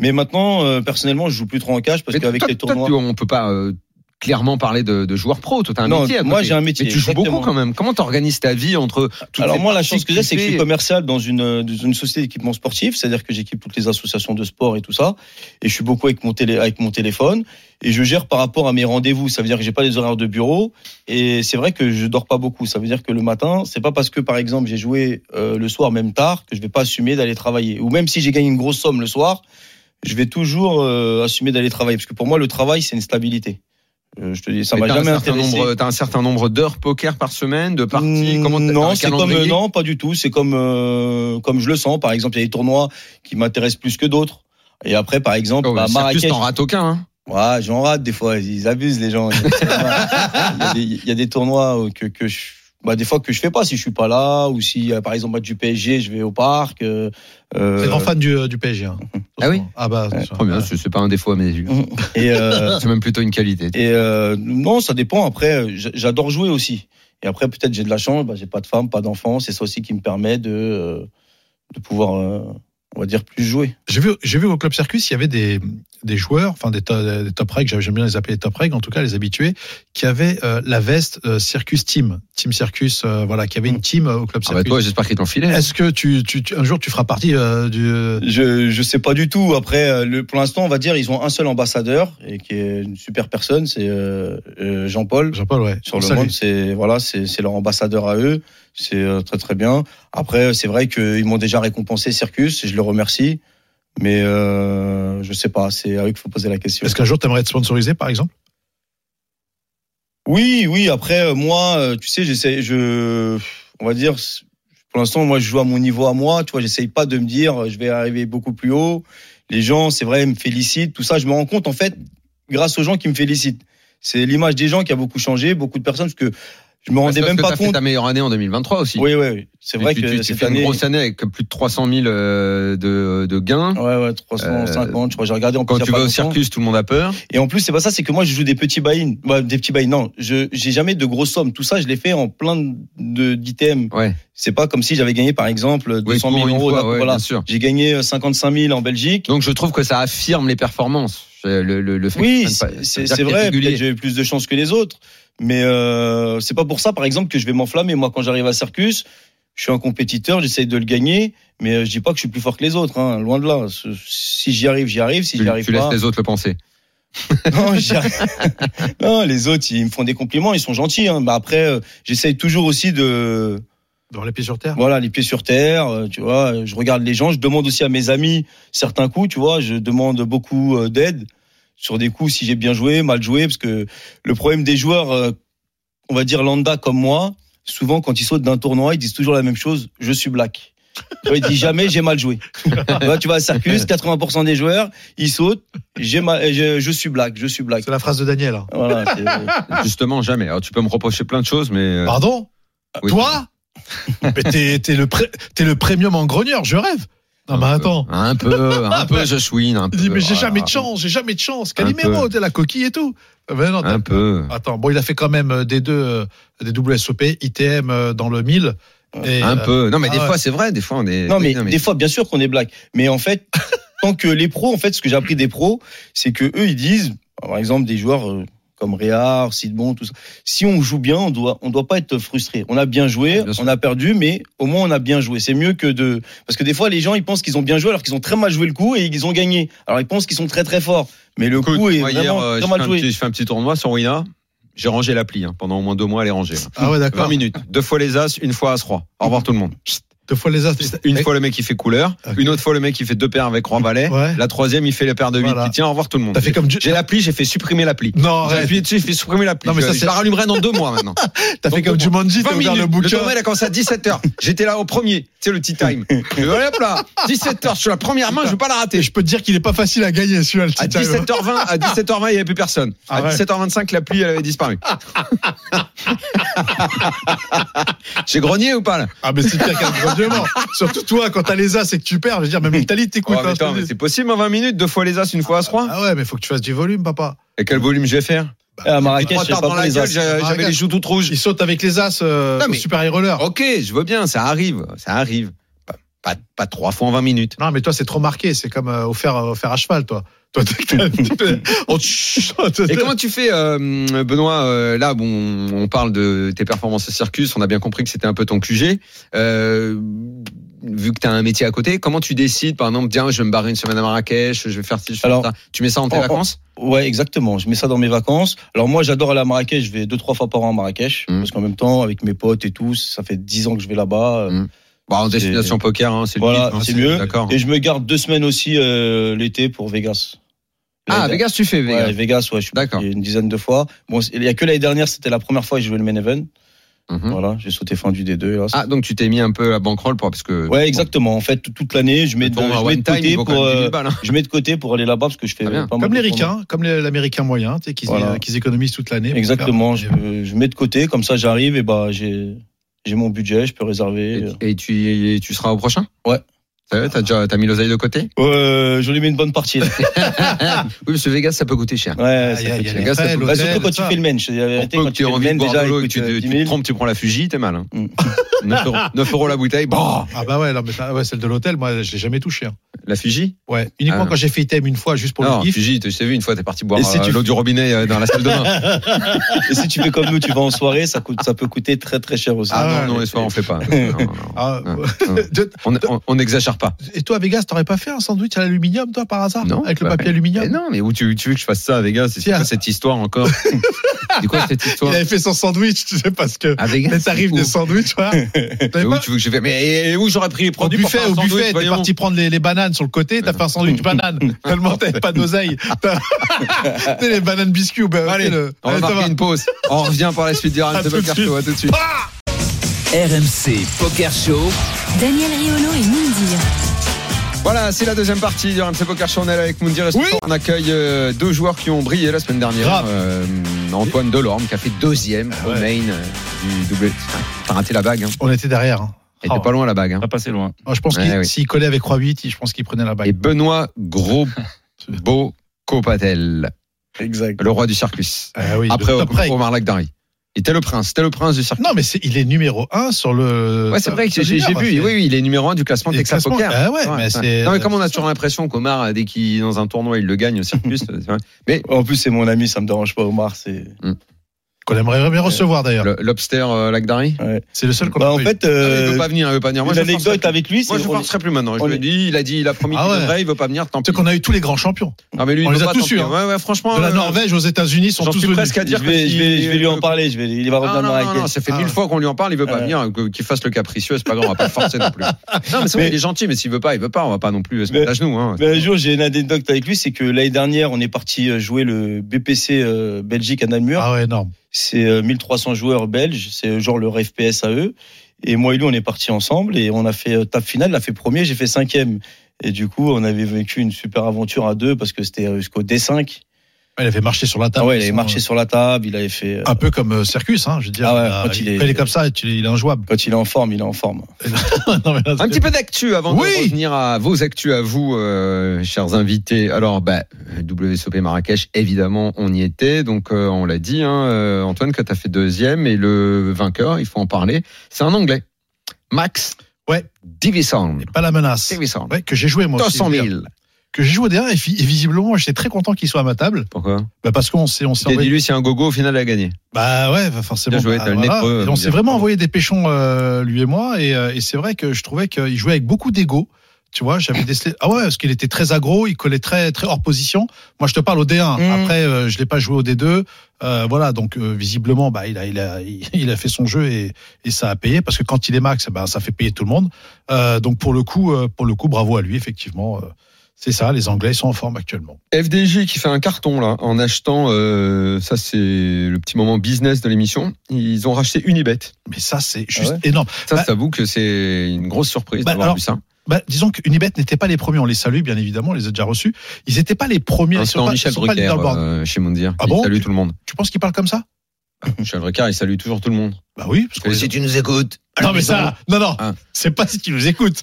Mais maintenant, euh, personnellement, je joue plus trop en cash parce
Mais
qu'avec
toi-
les
toi,
tournois.
tu- on peut pas euh, clairement parler de, de joueurs pro. Toi, t'as un
Non,
métier. à
moi,
côté.
j'ai un métier,
Mais tu joues
exactement.
beaucoup quand même. Comment t'organises ta vie entre toutes
Alors
ces
moi, la
parties
chance que j'ai, c'est que je suis
fais
commercial dans une, euh, dans une société d'équipement sportif, c'est-à-dire que j'équipe toutes les associations de sport et tout ça, et je suis beaucoup avec mon, télé, avec mon téléphone, et je gère par rapport à mes rendez-vous, ça veut dire que j'ai pas les horaires de bureau, et c'est vrai que je dors pas beaucoup, ça veut dire que le matin, c'est pas parce que par exemple j'ai joué euh, le soir même tard que je vais pas assumer d'aller travailler, ou même si j'ai gagné une grosse somme le soir, je vais toujours euh, assumer d'aller travailler, parce que pour moi le travail c'est une stabilité. Euh, je te dis, ça
Mais
m'a
t'as
jamais
un certain
intéressé.
nombre, t'as un certain nombre d'heures poker par semaine, de parties.
Mm,
Comment t'as- t'as
non,
un
c'est comme
calendrier
non, pas du tout. C'est comme euh, comme je le sens. Par exemple, il y a des tournois qui m'intéressent plus que d'autres. Et après, par exemple,
Oh,
à
ouais, Circus,
bah, Marrakech,
t'en rates aucun. hein.
ouais, j'en rate des fois. Ils abusent les gens. il, y a des, il y a des tournois euh, que que je, bah, des fois que je fais pas si je suis pas là ou si euh, par exemple match du PSG, je vais au parc. euh, euh,
c'est grand fan du, euh, du PSG. hein.
Ah oui
Ah bah, c'est sûr.
Très bien, c'est c'est pas un défaut à mes yeux.
Et euh,
C'est même plutôt une qualité.
Et euh, non, ça dépend. Après, j- j'adore jouer aussi. Et après, peut-être j'ai de la chance, bah, j'ai pas de femme, pas d'enfant. C'est ça aussi qui me permet de, euh, de pouvoir, euh, on va dire, plus jouer.
J'ai vu, j'ai vu au club Circus, il y avait des, des joueurs, enfin des, to- des top reg, j'aime bien les appeler les top reg, en tout cas les habitués, qui avaient euh, la veste euh, Circus Team, Team Circus, euh, voilà, qui avait une team euh, au club
Ah bah
Circus.
toi, j'espère qu'ils t'ont filé.
Est-ce que tu, tu, tu- un jour tu feras partie euh, du
Je, je sais pas du tout. Après, euh, le, pour l'instant, on va dire, ils ont un seul ambassadeur et qui est une super personne, c'est euh, euh, Jean-Paul.
Jean-Paul, ouais.
sur le
Salut.
monde. C'est voilà, c'est c'est leur ambassadeur à eux. C'est euh, très très bien. Après, euh, c'est vrai qu'ils m'ont déjà récompensé Circus, et je le remercie. Mais euh, je sais pas, c'est à eux qu'il faut poser la question.
Est-ce qu'un jour t'aimerais être sponsorisé, par exemple
Oui, oui. Après, euh, moi, euh, tu sais, j'essaie, je, on va dire, c- pour l'instant, moi, je joue à mon niveau à moi. Tu vois, j'essaye pas de me dire, euh, je vais arriver beaucoup plus haut. Les gens, c'est vrai, me félicitent, tout ça. Je me rends compte, en fait, grâce aux gens qui me félicitent. C'est l'image des gens qui a beaucoup changé, beaucoup de personnes, parce que je me rendais
Bah, Parce
même
que
pas
t'as fait
compte.
ta meilleure année en 2023 aussi.
Oui, oui, oui. c'est
Mais
vrai
tu,
que
tu- tu
cette
fais
année.
une grosse année avec plus de 300 000 euh, de, de gains.
Ouais, ouais, 350, je crois. J'ai regardé en plus,
Quand
il y a
tu
Oh, pas
vas au
longtemps.
circus, tout le monde a peur.
Et en plus, c'est pas ça, c'est que moi, je joue des petits buy-in. Ouais, des petits buy-in. Non, je, j'ai jamais de grosses sommes. Tout ça, je l'ai fait en plein de, d'items.
Ouais.
C'est pas comme si j'avais gagné, par exemple,
Oui,
200
pour
000
une
euros.
fois,
d'un coup,
ouais,
voilà.
bien sûr.
J'ai gagné euh, 55 000 en Belgique.
Donc je trouve que ça affirme les performances. Euh, Le, le, le fait
oui,
que ça ne-
c'est,
ça
c'est,
veut dire
c'est
qu'il y a régulier.
vrai. Peut-être j'ai eu plus de chance que les autres. Mais euh, c'est pas pour ça, par exemple, que je vais m'enflammer. Moi, quand j'arrive à Circus, je suis un compétiteur, j'essaye de le gagner. Mais euh, je dis pas que je suis plus fort que les autres. hein, loin de là. Ce- Si j'y arrive, j'y arrive. Si
Tu,
j'y arrive
tu
pas.
laisses les autres le penser.
Non, j'y arrive. Non, les autres, ils me font des compliments, ils sont gentils. Hein. Bah après, euh, j'essaye toujours aussi de,
Dans les pieds sur terre
voilà, les pieds sur terre. euh, Tu vois, euh, je regarde les gens, je demande aussi à mes amis certains coups. Tu vois, je demande beaucoup euh, d'aide sur des coups si j'ai bien joué, mal joué, parce que le problème des joueurs, euh, on va dire lambda comme moi, souvent quand ils sautent d'un tournoi, ils disent toujours la même chose je suis black. Tu vois, Ils disent jamais j'ai mal joué. Tu vois, tu vas à Circus, 80% des joueurs, ils sautent, j'ai mal, je, je suis black, je suis black.
C'est la phrase de Daniel. hein.
Voilà, c'est- euh,
Justement, jamais. Alors tu peux me reprocher plein de choses, mais euh,
Bah,
Pardon
oui.
Toi Mais t'es, t'es le pré- t'es le premium en grogneur, je rêve.
Ah,
Non,
bah,
mais
Un peu.
attends.
Un peu, un peu, je chouine. Un peu,
Il dit, mais j'ai
Euh, Voilà.
jamais de chance, j'ai jamais de chance.
Un
Calimero,
peu.
t'es la coquille et tout. Euh, Mais non, t'as-
Un peu.
Attends, bon, il a fait quand même euh, des deux, euh, des WSOP, ITM euh, dans le 1000. Et,
Un
euh,
peu. Non, mais
ah
des
ouais.
fois, c'est vrai. Des fois, on est.
Non, mais,
oui, non, mais-
des fois, bien sûr qu'on est black. Mais en fait, tant que les pros, en fait, ce que j'ai appris des pros, c'est que eux, ils disent, par exemple, des joueurs euh, comme Réard, Sidbon, tout ça. Si on joue bien, on doit, on doit pas être frustré. On a bien joué,
Bien sûr.
on a perdu, mais au moins on a bien joué. C'est mieux que de, parce que des fois les gens ils pensent qu'ils ont bien joué alors qu'ils ont très mal joué le coup et ils ont gagné. Alors ils pensent qu'ils sont très très forts, mais le coup est
moi, hier,
vraiment
euh, je,
très
fais
mal
un
joué.
petit, je fais un petit tournoi sur Wina. J'ai rangé l'appli hein, pendant au moins deux mois, elle est rangée. hein.
Ah ouais,
20
d'accord.
minutes, deux fois les As, une fois As-Roi. Au revoir tout le monde.
Deux fois les as.
Une fois le mec qui fait couleur,
Ok.
une autre fois le mec qui fait deux paires avec Roi-Valet,
Ouais.
la troisième il fait les paires de 8
Voilà.
qui tient, au revoir tout le monde.
T'as fait comme Dieu-
J'ai l'appli, j'ai fait supprimer l'appli.
Non,
J'ai
arrête.
appuyé dessus, j'ai fait supprimer l'appli.
Non, mais ça,
je
c'est-
la rallumerai dans deux mois maintenant.
T'as fait
Donc,
comme
bon, 20
Jumanji, t'as ouvert
minutes.
le
Le
bouquin.
tournoi, il a commencé à 17h. J'étais là au premier. Tu sais, le petit time. Je vais, hop là, 17h, je suis la première main, je veux pas la
Et
rater.
je peux te dire qu'il est pas facile à gagner, celui-là, le
À
petit time.
17h20, à 17h20, il n'y avait plus personne.
Ah
À
ouais.
17h25, la pluie, elle avait disparu. J'ai grogné ou pas, là?
Ah, mais c'est pire qu'un grognement. Surtout toi, quand t'as les as et que tu perds, je veux dire, même l'Italie
Oh,
t'écoute.
mais
hein, je te
attends,
le
mais
dis.
c'est possible en 20 minutes, deux fois les As, une fois As-Roi?
ah ouais, mais faut que tu fasses du volume, papa.
Et quel volume je vais faire?
À Ah, Marrakech,
Trois
j'ai
tartes
pas
dans la
pris les
gueule,
as.
j'a- Euh, j'avais les joues toutes rouges.
Ils sautent avec les as, euh,
Non, mais-
super high roller.
Ah, Ok, je veux bien, ça arrive, ça arrive. Pas, pas, pas trois fois en 20 minutes.
Non, mais toi, c'est trop marqué. C'est comme euh, au, fer, au fer à cheval, toi. Toi, t'as- t'as- on te-
Et comment tu fais, euh, Benoît euh, Là, bon, on parle de tes performances au circus. On a bien compris que c'était un peu ton QG. Euh, vu que tu as un métier à côté, comment tu décides, par exemple, tiens, je vais me barrer une semaine à Marrakech, je vais faire ci, je vais
Alors, oh,
faire ça. Tu mets ça en tes
en-
vacances
Ouais, exactement. Je mets ça dans mes vacances. Alors moi, j'adore aller à Marrakech. Je vais deux, trois fois par an à Marrakech.
Mm.
Parce qu'en même temps, avec mes potes et tout, ça fait dix ans que je vais là-bas.
Mm. Bon, en
c'est-
destination poker, hein, c'est le
Voilà,
but, hein,
c'est mieux.
D'accord.
Et je me garde deux semaines aussi euh, l'été pour Vegas.
Ah,
L'année
Vegas, tu fais
dernière-
Vegas.
Ouais, Vegas, ouais, je suis
D'accord.
parti une dizaine de fois. Bon, c'est- il y a que l'année dernière, c'était la première fois que j'ai joué le main event.
Mhm.
Voilà, j'ai sauté fin du D2. là.
Ah, donc tu t'es mis un peu à banquerolle pour parce que.
ouais, exactement. En fait, toute l'année, je mets, de,
Bon, à
je mets
one
de
time,
côté
il vaut quand
pour,
même 10 000
euh,
balles, hein.
je mets de côté pour aller là-bas parce que je fais
Très bien.
pas mal
Comme
de
les
tournois.
ricains, comme les- l'américain moyen, tu sais, qu'ils
Voilà.
qu'ils économisent toute l'année. pour
bah,
Exactement. Je,
faire-
je mets de côté, comme ça, j'arrive et bah j'ai j'ai mon budget, je peux réserver.
euh,
Et, et tu, et tu seras au prochain
Ouais.
Ça va, T'as déjà t'as mis l'oseille de côté Ah.
Euh, je lui mets une bonne partie. Là.
Oui, parce que Vegas, ça peut coûter cher.
Ouais,
Ah,
ça
il y a-
coûte
il y a
cher.
les
Vegas, ça
frais,
peut-
Ouais,
l'hôtel,
surtout quand tu
ça.
fais le mensch. La
Pour
vérité,
peu
quand
que tu
tu
aies
fais le
envie de
mensch
boire
déjà,
de l'eau et que
écoute,
euh,
tu, te-
10
tu te
000.
trompes, tu prends la Fuji, t'es mal. hein.
Mm.
9, euros, 9 euros la bouteille. Bon.
Ah bah ouais, non, mais t'as- ouais, celle de l'hôtel, moi, je l'ai jamais touchée. hein.
La Fuji
Ouais, uniquement
Ah.
quand j'ai fait item une fois, juste pour
Non,
le kiff.
Fuji, tu- je t'ai vu, une fois, t'es parti boire
Et si
euh,
tu-
l'eau du robinet euh, dans la salle de bain.
Et si tu fais comme nous, tu vas en soirée, ça coûte, ça peut coûter très très cher aussi.
Ah,
Ah ouais.
non, non, les soirs, on fait pas. Non, non, non.
Ah,
Non,
ouais.
non.
De-
On on- on n'exagère pas.
Et toi, à Vegas, t'aurais pas fait un sandwich à l'aluminium, toi, par hasard
Non,
Ah, Avec le
bah,
papier
Eh
aluminium
non, mais où tu, tu veux que je fasse ça, les gars C'est c'est
Tiens.
quoi cette histoire encore C'est quoi cette
Il
histoire
avait fait son sandwich, tu sais, parce que.
Ah, Vegas,
Mais t'arrives
où
des sandwichs, voilà.
Mais
T'avais
où
pas-
tu veux que je fasse Mais et où j'aurais pris les
Au
produits pour
buffet,
faire un
au
sandwich,
buffet, t'es
voyons
parti prendre les, les bananes sur le côté, t'as fait un sandwich banane, tellement t'avais pas d'oseille. T'as- Tu sais, les bananes biscuits ou ben,
Allez,
tu sais, le-
On va
Allez, ça va.
marquer une pause. On revient par la suite du
À
RMC
tout de
Poker
suite. Ah.
Show. À tout de suite.
RMC Poker Show.
Daniel Riolo et Moundir.
Voilà, c'est la deuxième partie du RMC Poker Show. On est là avec Moundir. et Stéphane. On accueille euh, deux joueurs qui ont brillé la semaine dernière.
Grave.
Euh, Antoine Delorme qui a fait deuxième au
ouais.
main euh, du double. Enfin, T'as raté la bague. Hein.
On était derrière. hein.
Et t'es
Oh.
pas loin la bague. hein.
Pas passé loin.
Ah, je pense
Ouais,
qu'il
oui.
s'il collait avec 3-8, il- je pense qu'il prenait la
Et
bague.
Benoît Gros Beau Copatel,
Exact.
le roi du circus.
Ah oui,
Après
le top rank.
Omar Lagdari. Il était le prince, c'était le prince du circus.
Non, mais c'est- il est numéro 1 sur le.
Ouais, c'est vrai que Euh, j'ai j'ai- j'ai
Junior,
vu.
c'est-
Oui, oui, il est numéro un du classement
Il est
Texas
classement.
Poker.
Ah ouais, mais c'est-
Non, mais comme on a toujours l'impression qu'Omar, euh, dès qu'il est dans un tournoi, il le gagne au circus. c'est vrai.
En plus, c'est mon ami, ça me dérange pas, Omar. C'est.
Qu'on aimerait bien recevoir d'ailleurs.
Le- Lobster euh, Lagdari.
C'est le seul qu'on
Bah,
a
en
pas eu.
fait,
Ah, mais il veut
euh,
pas venir, il veut pas venir. Moi,
une
je
anecdote
forcerai
avec lui,
plus. Moi,
c'est
je
on-
forcerai plus maintenant. Je
on
lui ai
est-
dit, il a dit, il a promis
Ah
qu'il
ouais.
viendrait, il veut pas venir, tant pis.
C'est qu'on a eu tous les grands champions.
Ah, mais lui, il
on les
veut
a
pas,
tous
tant
eus,
pis.
hein.
Ouais, ouais, franchement.
De la
euh,
Norvège aux États-Unis, ils sont
j'en
tous
suis
venus.
presque à dire
je vais,
que
je
si-
vais, je vais lui en parler. Je vais, il va
Non, non,
revenir dans
non,
la
non, ça fait mille
Ah.
fois qu'on lui en parle, il veut pas
Ouais.
venir, que- qu'il fasse le capricieux, c'est pas grave, on va pas le forcer non plus. Non, mais c'est vrai,
Mais-
il est gentil, mais s'il veut pas, il veut pas, on va pas non plus se
Mais-
mettre à genoux. hein.
Mais Ben, un jour, j'ai une anecdote avec lui, c'est que l'année dernière, on est parti euh, jouer le BPC euh, Belgique à Namur.
Ah ouais, énorme.
C'est euh, 1300 joueurs belges, c'est genre leur FPS à eux. Et moi et lui, on est partis ensemble et on a fait euh, table finale, il a fait premier, j'ai fait cinquième. Et du coup, on avait vécu une super aventure à deux parce que c'était euh, jusqu'au D5.
Il avait marché sur la table.
Ah ouais, il avait
Ils sont,
marché
euh,
sur la table, il avait fait. euh,
Un peu comme euh, Circus, hein, je veux dire.
Ah ouais,
Euh,
quand il
il
est-
est comme ça, tu- il est injouable.
Quand il est en forme, il est en forme.
Non, mais là,
Un petit peu d'actu avant
Oui.
de revenir à vos actus à vous, euh, chers invités. Alors, bah, WSOP Marrakech, évidemment, on y était. Donc, euh, on l'a dit, hein, euh, Antoine, que tu as fait deuxième. Et le vainqueur, il faut en parler, c'est un Anglais. Max
Ouais.
Davison.
Pas la menace.
Davison.
Ouais, que j'ai joué moi aussi.
200 000.
que j'ai joué au derrière et, fi- et visiblement, j'étais très content qu'il soit à ma table.
Pourquoi
Bah, parce qu'on s'est, on s'est
T'as dit
envoyé-
lui, c'est un gogo, au final, elle a gagné.
Bah ouais, bah forcément.
Bien joué,
Bah
t'as le nez
voilà.
creux,
Et
bien
on s'est
sûr.
vraiment envoyé des pêchons, euh, lui et moi, et, euh, et c'est vrai que je trouvais qu'il jouait avec beaucoup d'ego. Tu vois, j'avais décelé. Ah ouais, parce qu'il était très agro, il collait très, très hors position. Moi, je te parle au D1.
Mm.
Après, euh, je l'ai pas joué au D2. Euh, voilà, donc euh, visiblement, bah, il a, il a, il a fait son jeu et, et ça a payé parce que quand il est max, bah, ça fait payer tout le monde. Euh, donc pour le coup, euh, pour le coup, bravo à lui, effectivement. Euh, C'est ça, les Anglais ils sont en forme actuellement.
FDJ qui fait un carton là en achetant, euh, ça c'est le petit moment business de l'émission. Ils ont racheté Unibet.
Mais ça, c'est juste
Ah ouais
énorme.
Ça,
Bah-
je t'avoue que c'est une grosse surprise
Bah,
d'avoir
alors,
vu ça.
Bah, disons que Unibet n'était pas les premiers, on les salue bien évidemment, on les a déjà reçus. Ils n'étaient pas les premiers, ils
Instant
sont pas,
Ah, Michel
ils sont pas
Drucker
leaderboard.
euh, chez Mondir.
Ah
il
bon
salue tout le monde.
Tu penses qu'ils parlent comme ça
Michel Drucker, il salue toujours tout le monde.
Bah oui, parce qu'on les- Ah
tu nous écoutes.
Non mais ça, non non,
Ah.
c'est pas si tu nous écoutes.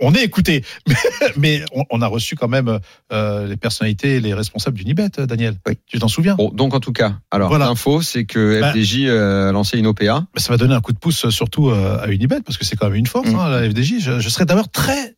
On est écoutés, mais, mais on, on a reçu quand même euh, les personnalités, et les responsables d'Unibet, euh, Daniel.
Oui.
Tu t'en souviens
Bon, donc en tout cas, alors
Voilà.
l'info, c'est que
Bah-
FDJ euh, a lancé une OPA.
Bah, Ça va donner un coup de pouce euh, surtout euh, à Unibet parce que c'est quand même une force,
Mm.
hein, la FDJ. Je, je serais d'ailleurs très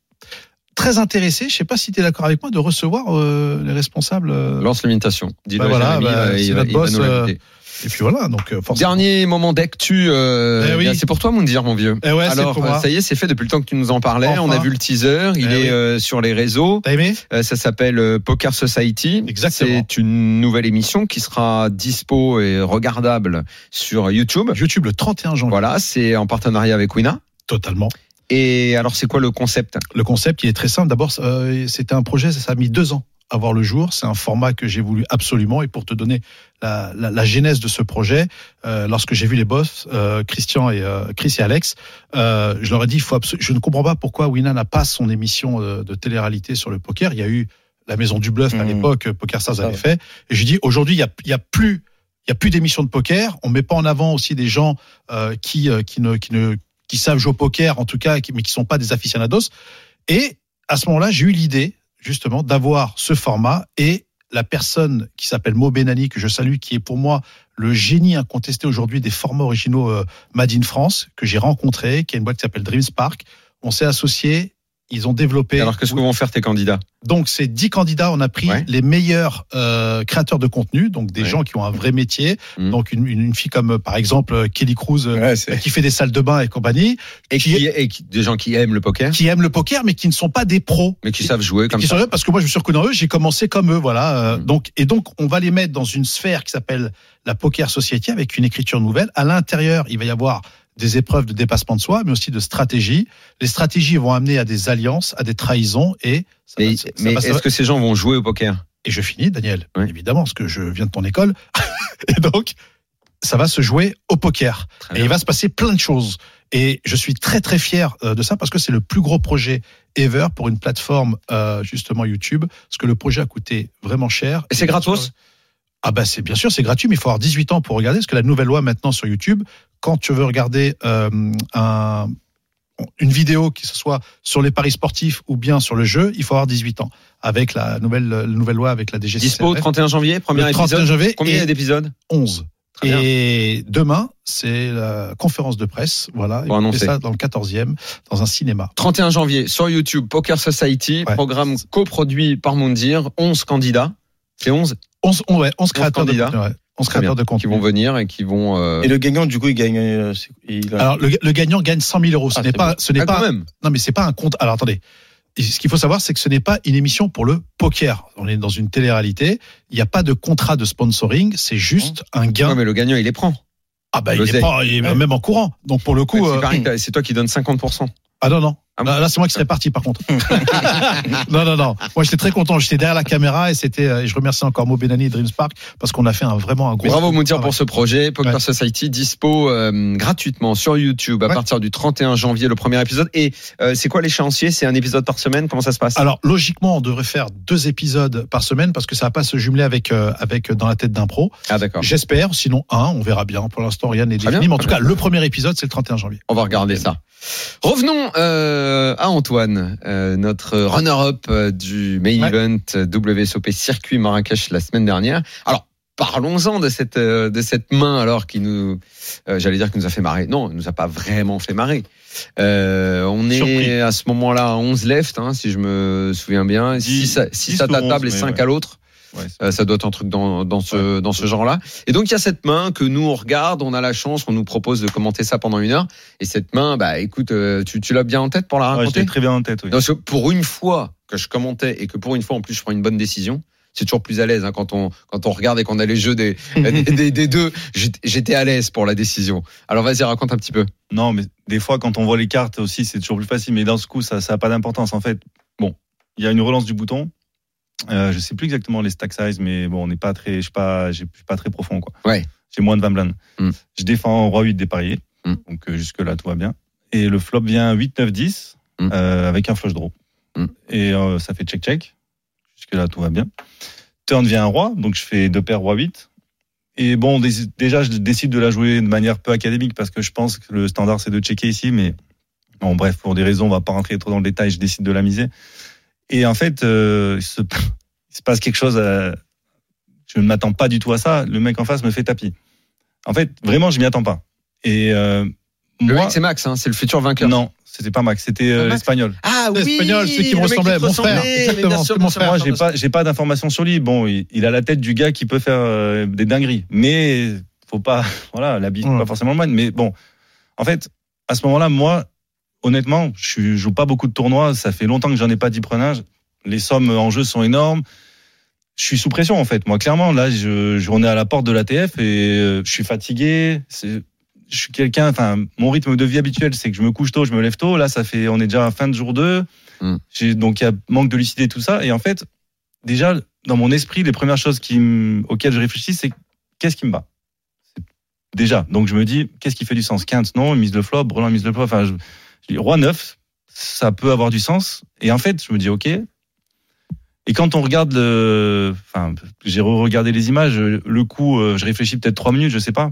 très intéressé. Je sais pas si tu es d'accord avec moi de recevoir euh, les responsables. euh,
Lance l'imitation. Dis-le
Bah
à
voilà,
Jérémy,
bah,
euh, il
c'est
va-
notre
il va
boss,
nous
euh,
l'inviter.
Et puis voilà, donc euh, forcément.
Dernier moment d'actu, euh,
Eh oui.
bien, c'est pour toi, Moundir, mon vieux.
Eh ouais, c'est
Alors,
pour moi.
euh, ça y est, c'est fait depuis le temps que tu nous en parlais.
Enfin.
On a vu le teaser, il
Eh
est
oui.
euh, sur les réseaux.
T'as aimé
Euh, ça s'appelle euh, Poker Society.
Exactement.
C'est une nouvelle émission qui sera dispo et regardable sur YouTube.
YouTube le 31 janvier.
Voilà, c'est en partenariat avec Wina.
Totalement.
Et alors, c'est quoi le concept
Le concept, il est très simple. D'abord, euh, c'était un projet, ça a mis deux ans à voir le jour. C'est un format que j'ai voulu absolument. Et pour te donner la, la- la genèse de ce projet, euh, lorsque j'ai vu les boss, euh, Christian et euh, Chris et Alex, euh, je leur ai dit, il faut absolu- je ne comprends pas pourquoi Wina n'a pas son émission euh, de télé-réalité sur le poker. Il y a eu la Maison du Bluff à
Mhm.
l'époque, euh, Poker Stars
Ah
avait
ouais.
fait. Et j'ai dit, aujourd'hui, il y a, il y a plus, il y a plus d'émissions de poker. On met pas en avant aussi des gens euh, qui, euh, qui ne, qui ne, qui savent jouer au poker, en tout cas, qui- mais qui sont pas des aficionados. Et à ce moment-là, j'ai eu l'idée, justement, d'avoir ce format et la personne qui s'appelle Mo Benani, que je salue, qui est pour moi le génie incontesté aujourd'hui des formats originaux euh, Made in France, que j'ai rencontré, qui a une boîte qui s'appelle Dream Spark. On s'est associés, ils ont développé.
Alors, qu'est-ce que vont faire tes candidats
Donc, c'est 10 candidats. On a pris
Ouais.
les meilleurs euh, créateurs de contenu, donc des
Ouais.
gens qui ont un vrai métier.
Mhm.
Donc, une, une, une fille comme, euh, par exemple, euh, Kelly Cruz, euh,
Ouais, c'est-
qui fait des salles de bain et compagnie,
et
qui-
qui, et qui- Des gens qui aiment le poker,
qui aiment le poker, mais qui ne sont pas des pros.
mais qui savent jouer
Et
comme
qui
ça.
sont là, parce que moi je me suis reconnu en eux, j'ai commencé comme eux, voilà. euh,
Mm.
Donc et donc on va les mettre dans une sphère qui s'appelle la poker society avec une écriture nouvelle. À l'intérieur, il va y avoir des épreuves de dépassement de soi, mais aussi de stratégie. Les stratégies vont amener à des alliances, à des trahisons et ça
Mais,
va- ça
mais
va- ça va-
est-ce que ces gens vont jouer au poker
et je finis, Daniel,
Oui.
évidemment, parce que je viens de ton école. et donc, ça va se jouer au poker.
Très
Et
Ah bien.
il va se passer plein de choses. Et je suis très, très fier euh, de ça parce que c'est le plus gros projet ever pour une plateforme, euh, justement, YouTube. Parce que le projet a coûté vraiment cher.
Et c'est gratos
Ah bah c'est bien sûr c'est gratuit mais il faut avoir 18 ans pour regarder parce que la nouvelle loi maintenant sur YouTube quand tu veux regarder euh, un- une vidéo que ce soit sur les paris sportifs ou bien sur le jeu il faut avoir 18 ans avec la nouvelle la nouvelle loi avec la DGCCRF
Dispo 31 janvier, premier
le 31
épisode.
janvier
Combien il y a
et
d'épisodes
11
Très bien.
et demain c'est la conférence de presse voilà
Pour
Et on fait
annoncer.
ça dans le 14e dans un cinéma
31 janvier sur YouTube, Poker Society,
Ouais.
programme coproduit par Mondir, 11 candidats. C'est 11
11 on- ouais, 11
11
créateurs de
candidats.
contenu, ouais.
Très bien.
11 créateurs de
qui
contenu
vont venir et qui vont. euh,
Et le gagnant, du coup, il gagne. euh, c'est- il a-
alors le, le gagnant gagne 100 000 euros ce
Ah,
n'est
c'est
pas ce
Ah,
n'est
quand
pas
même.
Non, mais c'est pas un compte. Alors attendez. Et Ce qu'il faut savoir, c'est que ce n'est pas une émission pour le poker. On est dans une télé-réalité. Il n'y a pas de contrat de sponsoring. C'est juste un
Ouais,
gain.
Hein mais le gagnant, il les prend.
Ah bah il
l'oseille.
est, pas, il est même en courant. Donc pour le
Ouais,
coup,
c'est
euh,
pareil, t'as- c'est toi qui donne 50%.
ah non non.
Ah bon
Là, là, c'est moi qui serais parti par contre. non non non. Moi j'étais très content. J'étais derrière la caméra et c'était. euh, Et je remercie encore Mo Benani et Dream Spark parce qu'on a fait un vraiment un gros.
Bravo Moundir
travail.
pour ce projet. Poker
Ouais.
Society dispo euh, gratuitement sur YouTube à
Ouais.
partir du 31 janvier, le premier épisode. Et euh, c'est quoi l'échéancier C'est un épisode par semaine Comment ça se passe
Alors logiquement, on devrait faire deux épisodes par semaine parce que ça va pas se jumeler avec euh, avec dans la tête d'un pro.
Ah d'accord.
J'espère, sinon un, on verra bien. Pour l'instant, rien n'est
Très
défini.
bien,
mais en
très
tout cas, le premier épisode, c'est le 31 janvier.
On va regarder ça. Revenons euh, à Antoine, euh, notre runner-up euh, du main
Ouais.
event WSOP Circuit Marrakech la semaine dernière. Alors, parlons-en de cette euh, de cette main alors qui nous euh, j'allais dire qui nous a fait marrer. Non, elle nous a pas vraiment fait marrer. Euh, on est
Surpris.
à ce moment-là à 11 left hein, si je me souviens bien,
Dix-
6
dix
à
ou
ta
onze,
table et
mais
5
ouais.
à l'autre.
Ouais, c'est-
Euh, ça doit être un truc dans, dans ce, dans ce genre-là. Et donc, il y a cette main que nous, on regarde, on a la chance, on nous propose de commenter ça pendant une heure. Et cette main, bah, écoute, euh, tu, tu l'as bien en tête pour la
ouais, je
raconter
l'ai très bien en tête. Oui.
Parce que pour une fois que je commentais et que pour une fois, en plus, je prends une bonne décision, c'est toujours plus à l'aise hein, quand, on, quand on regarde et qu'on a les jeux des, des, des- des deux. J'étais- J'étais à l'aise pour la décision. Alors, vas-y, raconte un petit peu.
Non, mais des fois, quand on voit les cartes aussi, c'est toujours plus facile. Mais dans ce coup, ça n'a pas d'importance. En fait, bon, il y a une relance du bouton. Euh, je sais plus exactement les stack size, mais bon, on n'est pas très, je suis pas, j'ai- je suis pas très profond, quoi.
Ouais.
J'ai moins de 20 blindes.
Mm.
Je défends roi 8 dépareillé.
Mm.
Donc, euh, jusque là, tout va bien. Et le flop vient 8, 9, 10,
Mm.
euh, avec un flush draw.
Mm.
Et euh, ça fait check, check. Jusque là, tout va bien. Turn vient un roi. Donc, je fais deux paires roi 8. Et bon, dé- déjà, je décide de la jouer de manière peu académique parce que je pense que le standard, c'est de checker ici. Mais bon, bref, pour des raisons, on va pas rentrer trop dans le détail. Je décide de la miser. Et en fait, euh, il, se, il se passe quelque chose. à- je ne m'attends pas du tout à ça. Le mec en face me fait tapis. En fait, vraiment, je m'y attends pas. Et euh,
Le
moi,
mec, c'est Max, hein, c'est le futur vainqueur.
non, c'était pas Max, c'était
Pas
euh,
Max
l'espagnol.
Ah
oui, L'Espagnol, celui qui me le mec qui te ressemblait, mon frère, ressemblait, mais bien exactement, sûr, c'est mon bien sûr, frère.
Moi, j'ai pas, j'ai pas d'informations sur lui. Bon, il, il a la tête du gars qui peut faire euh, des dingueries, mais faut pas, voilà, l'habit
Ouais.
pas forcément le moine. Mais bon, en fait, à ce moment-là, moi, honnêtement, je suis- je joue pas beaucoup de tournois. Ça fait longtemps que j'en ai pas dit prenage. Les sommes en jeu sont énormes. Je suis sous pression en fait. Moi, clairement, là, je, je- on est à la porte de l'ATF et euh, je suis fatigué. C'est- Je suis quelqu'un. Enfin, mon rythme de vie habituel, c'est que je me couche tôt, je me lève tôt. Là, ça fait, on est déjà à fin de jour 2
Mm.
J'ai- Donc, il y a manque de lucidité, tout ça. Et en fait, déjà, dans mon esprit, les premières choses qui me- auxquelles je réfléchis, c'est qu'est-ce qui me bat Déjà, donc je me dis, qu'est-ce qui fait du sens Quinte, non, mise le flop, Roland mise le flop. Enfin, je, je dis, roi 9, ça peut avoir du sens. Et en fait, je me dis, ok. Et quand on regarde le. Enfin, j'ai regardé les images, le coup, euh, je réfléchis peut-être 3 minutes, je sais pas.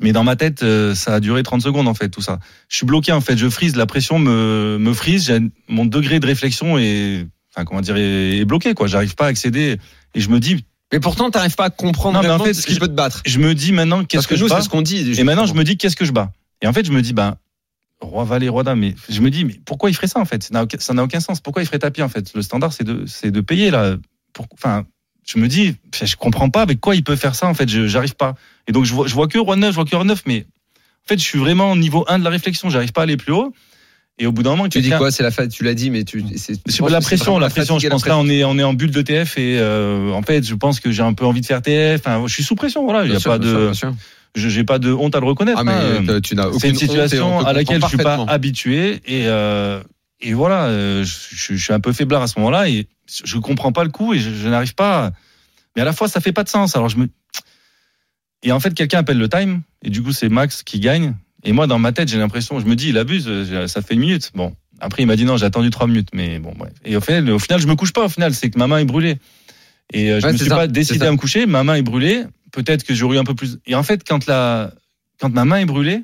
Mais dans ma tête, euh, ça a duré 30 secondes, en fait, tout ça. Je suis bloqué, en fait, je frise, la pression me, me frise, j'ai- mon degré de réflexion est. Enfin, comment dire, est est bloqué, quoi. J'arrive pas à accéder. Et je me dis,
Mais pourtant, t'arrives pas à comprendre
Non, mais en
vraiment
fait,
ce qui peut te battre.
je me dis maintenant,
Parce
qu'est-ce
que,
que, je
nous,
bats
c'est ce qu'on dit.
Et maintenant, je me dis, qu'est-ce que je bats Et en fait, je me dis, ben, roi valet, roi dame. Mais je me dis, mais pourquoi il ferait ça en fait Ça n'a aucun- Ça n'a aucun sens. Pourquoi il ferait tapis en fait Le standard, c'est de, c'est de payer là. Pour- enfin, je me dis, je comprends pas avec quoi il peut faire ça en fait. Je j'arrive pas. Et donc, je vois, je vois que roi 9, je vois que roi 9, mais en fait, je suis vraiment au niveau 1 de la réflexion. J'arrive pas à aller plus haut. Et au bout d'un moment,
Tu dis
quelqu'un-
quoi C'est la fête, tu l'as dit, mais tu. c'est- tu
c'est
penses
pas la
que c'est
pression,
vraiment
la pression.
fatigue
Je
et la
pense là, on est on est en bulle de TF et euh, en fait, je pense que j'ai un peu envie de faire TF. Enfin, je suis sous pression. Voilà, il y
Bien
a
sûr,
pas
bien sûr,
de,
bien sûr.
je- j'ai pas de honte à le reconnaître.
Ah, mais
hein.
euh, tu n'as aucune
C'est une
honte et on
situation
te
à laquelle je
comprend
suis pas
parfaitement.
habitué et euh, et voilà, euh, je, je- je suis un peu faiblard à ce moment-là et je comprends pas le coup et je, je n'arrive pas. à- Mais à la fois, ça fait pas de sens. Alors je me et en fait, quelqu'un appelle le time et du coup, c'est Max qui gagne. Et moi, dans ma tête, j'ai l'impression, je me dis, il abuse. euh, Ça fait une minute. Bon, après, il m'a dit non, j'ai attendu trois minutes. Mais bon, bref. Et au final, au final, je me couche pas. Au final, c'est que ma main est brûlée. Et euh, je
Ouais,
me
c'est
suis
ça,
pas
c'est
décidé
ça.
à me coucher. Ma main est brûlée. Peut-être que j'aurais eu un peu plus. Et en fait, quand la quand ma main est brûlée,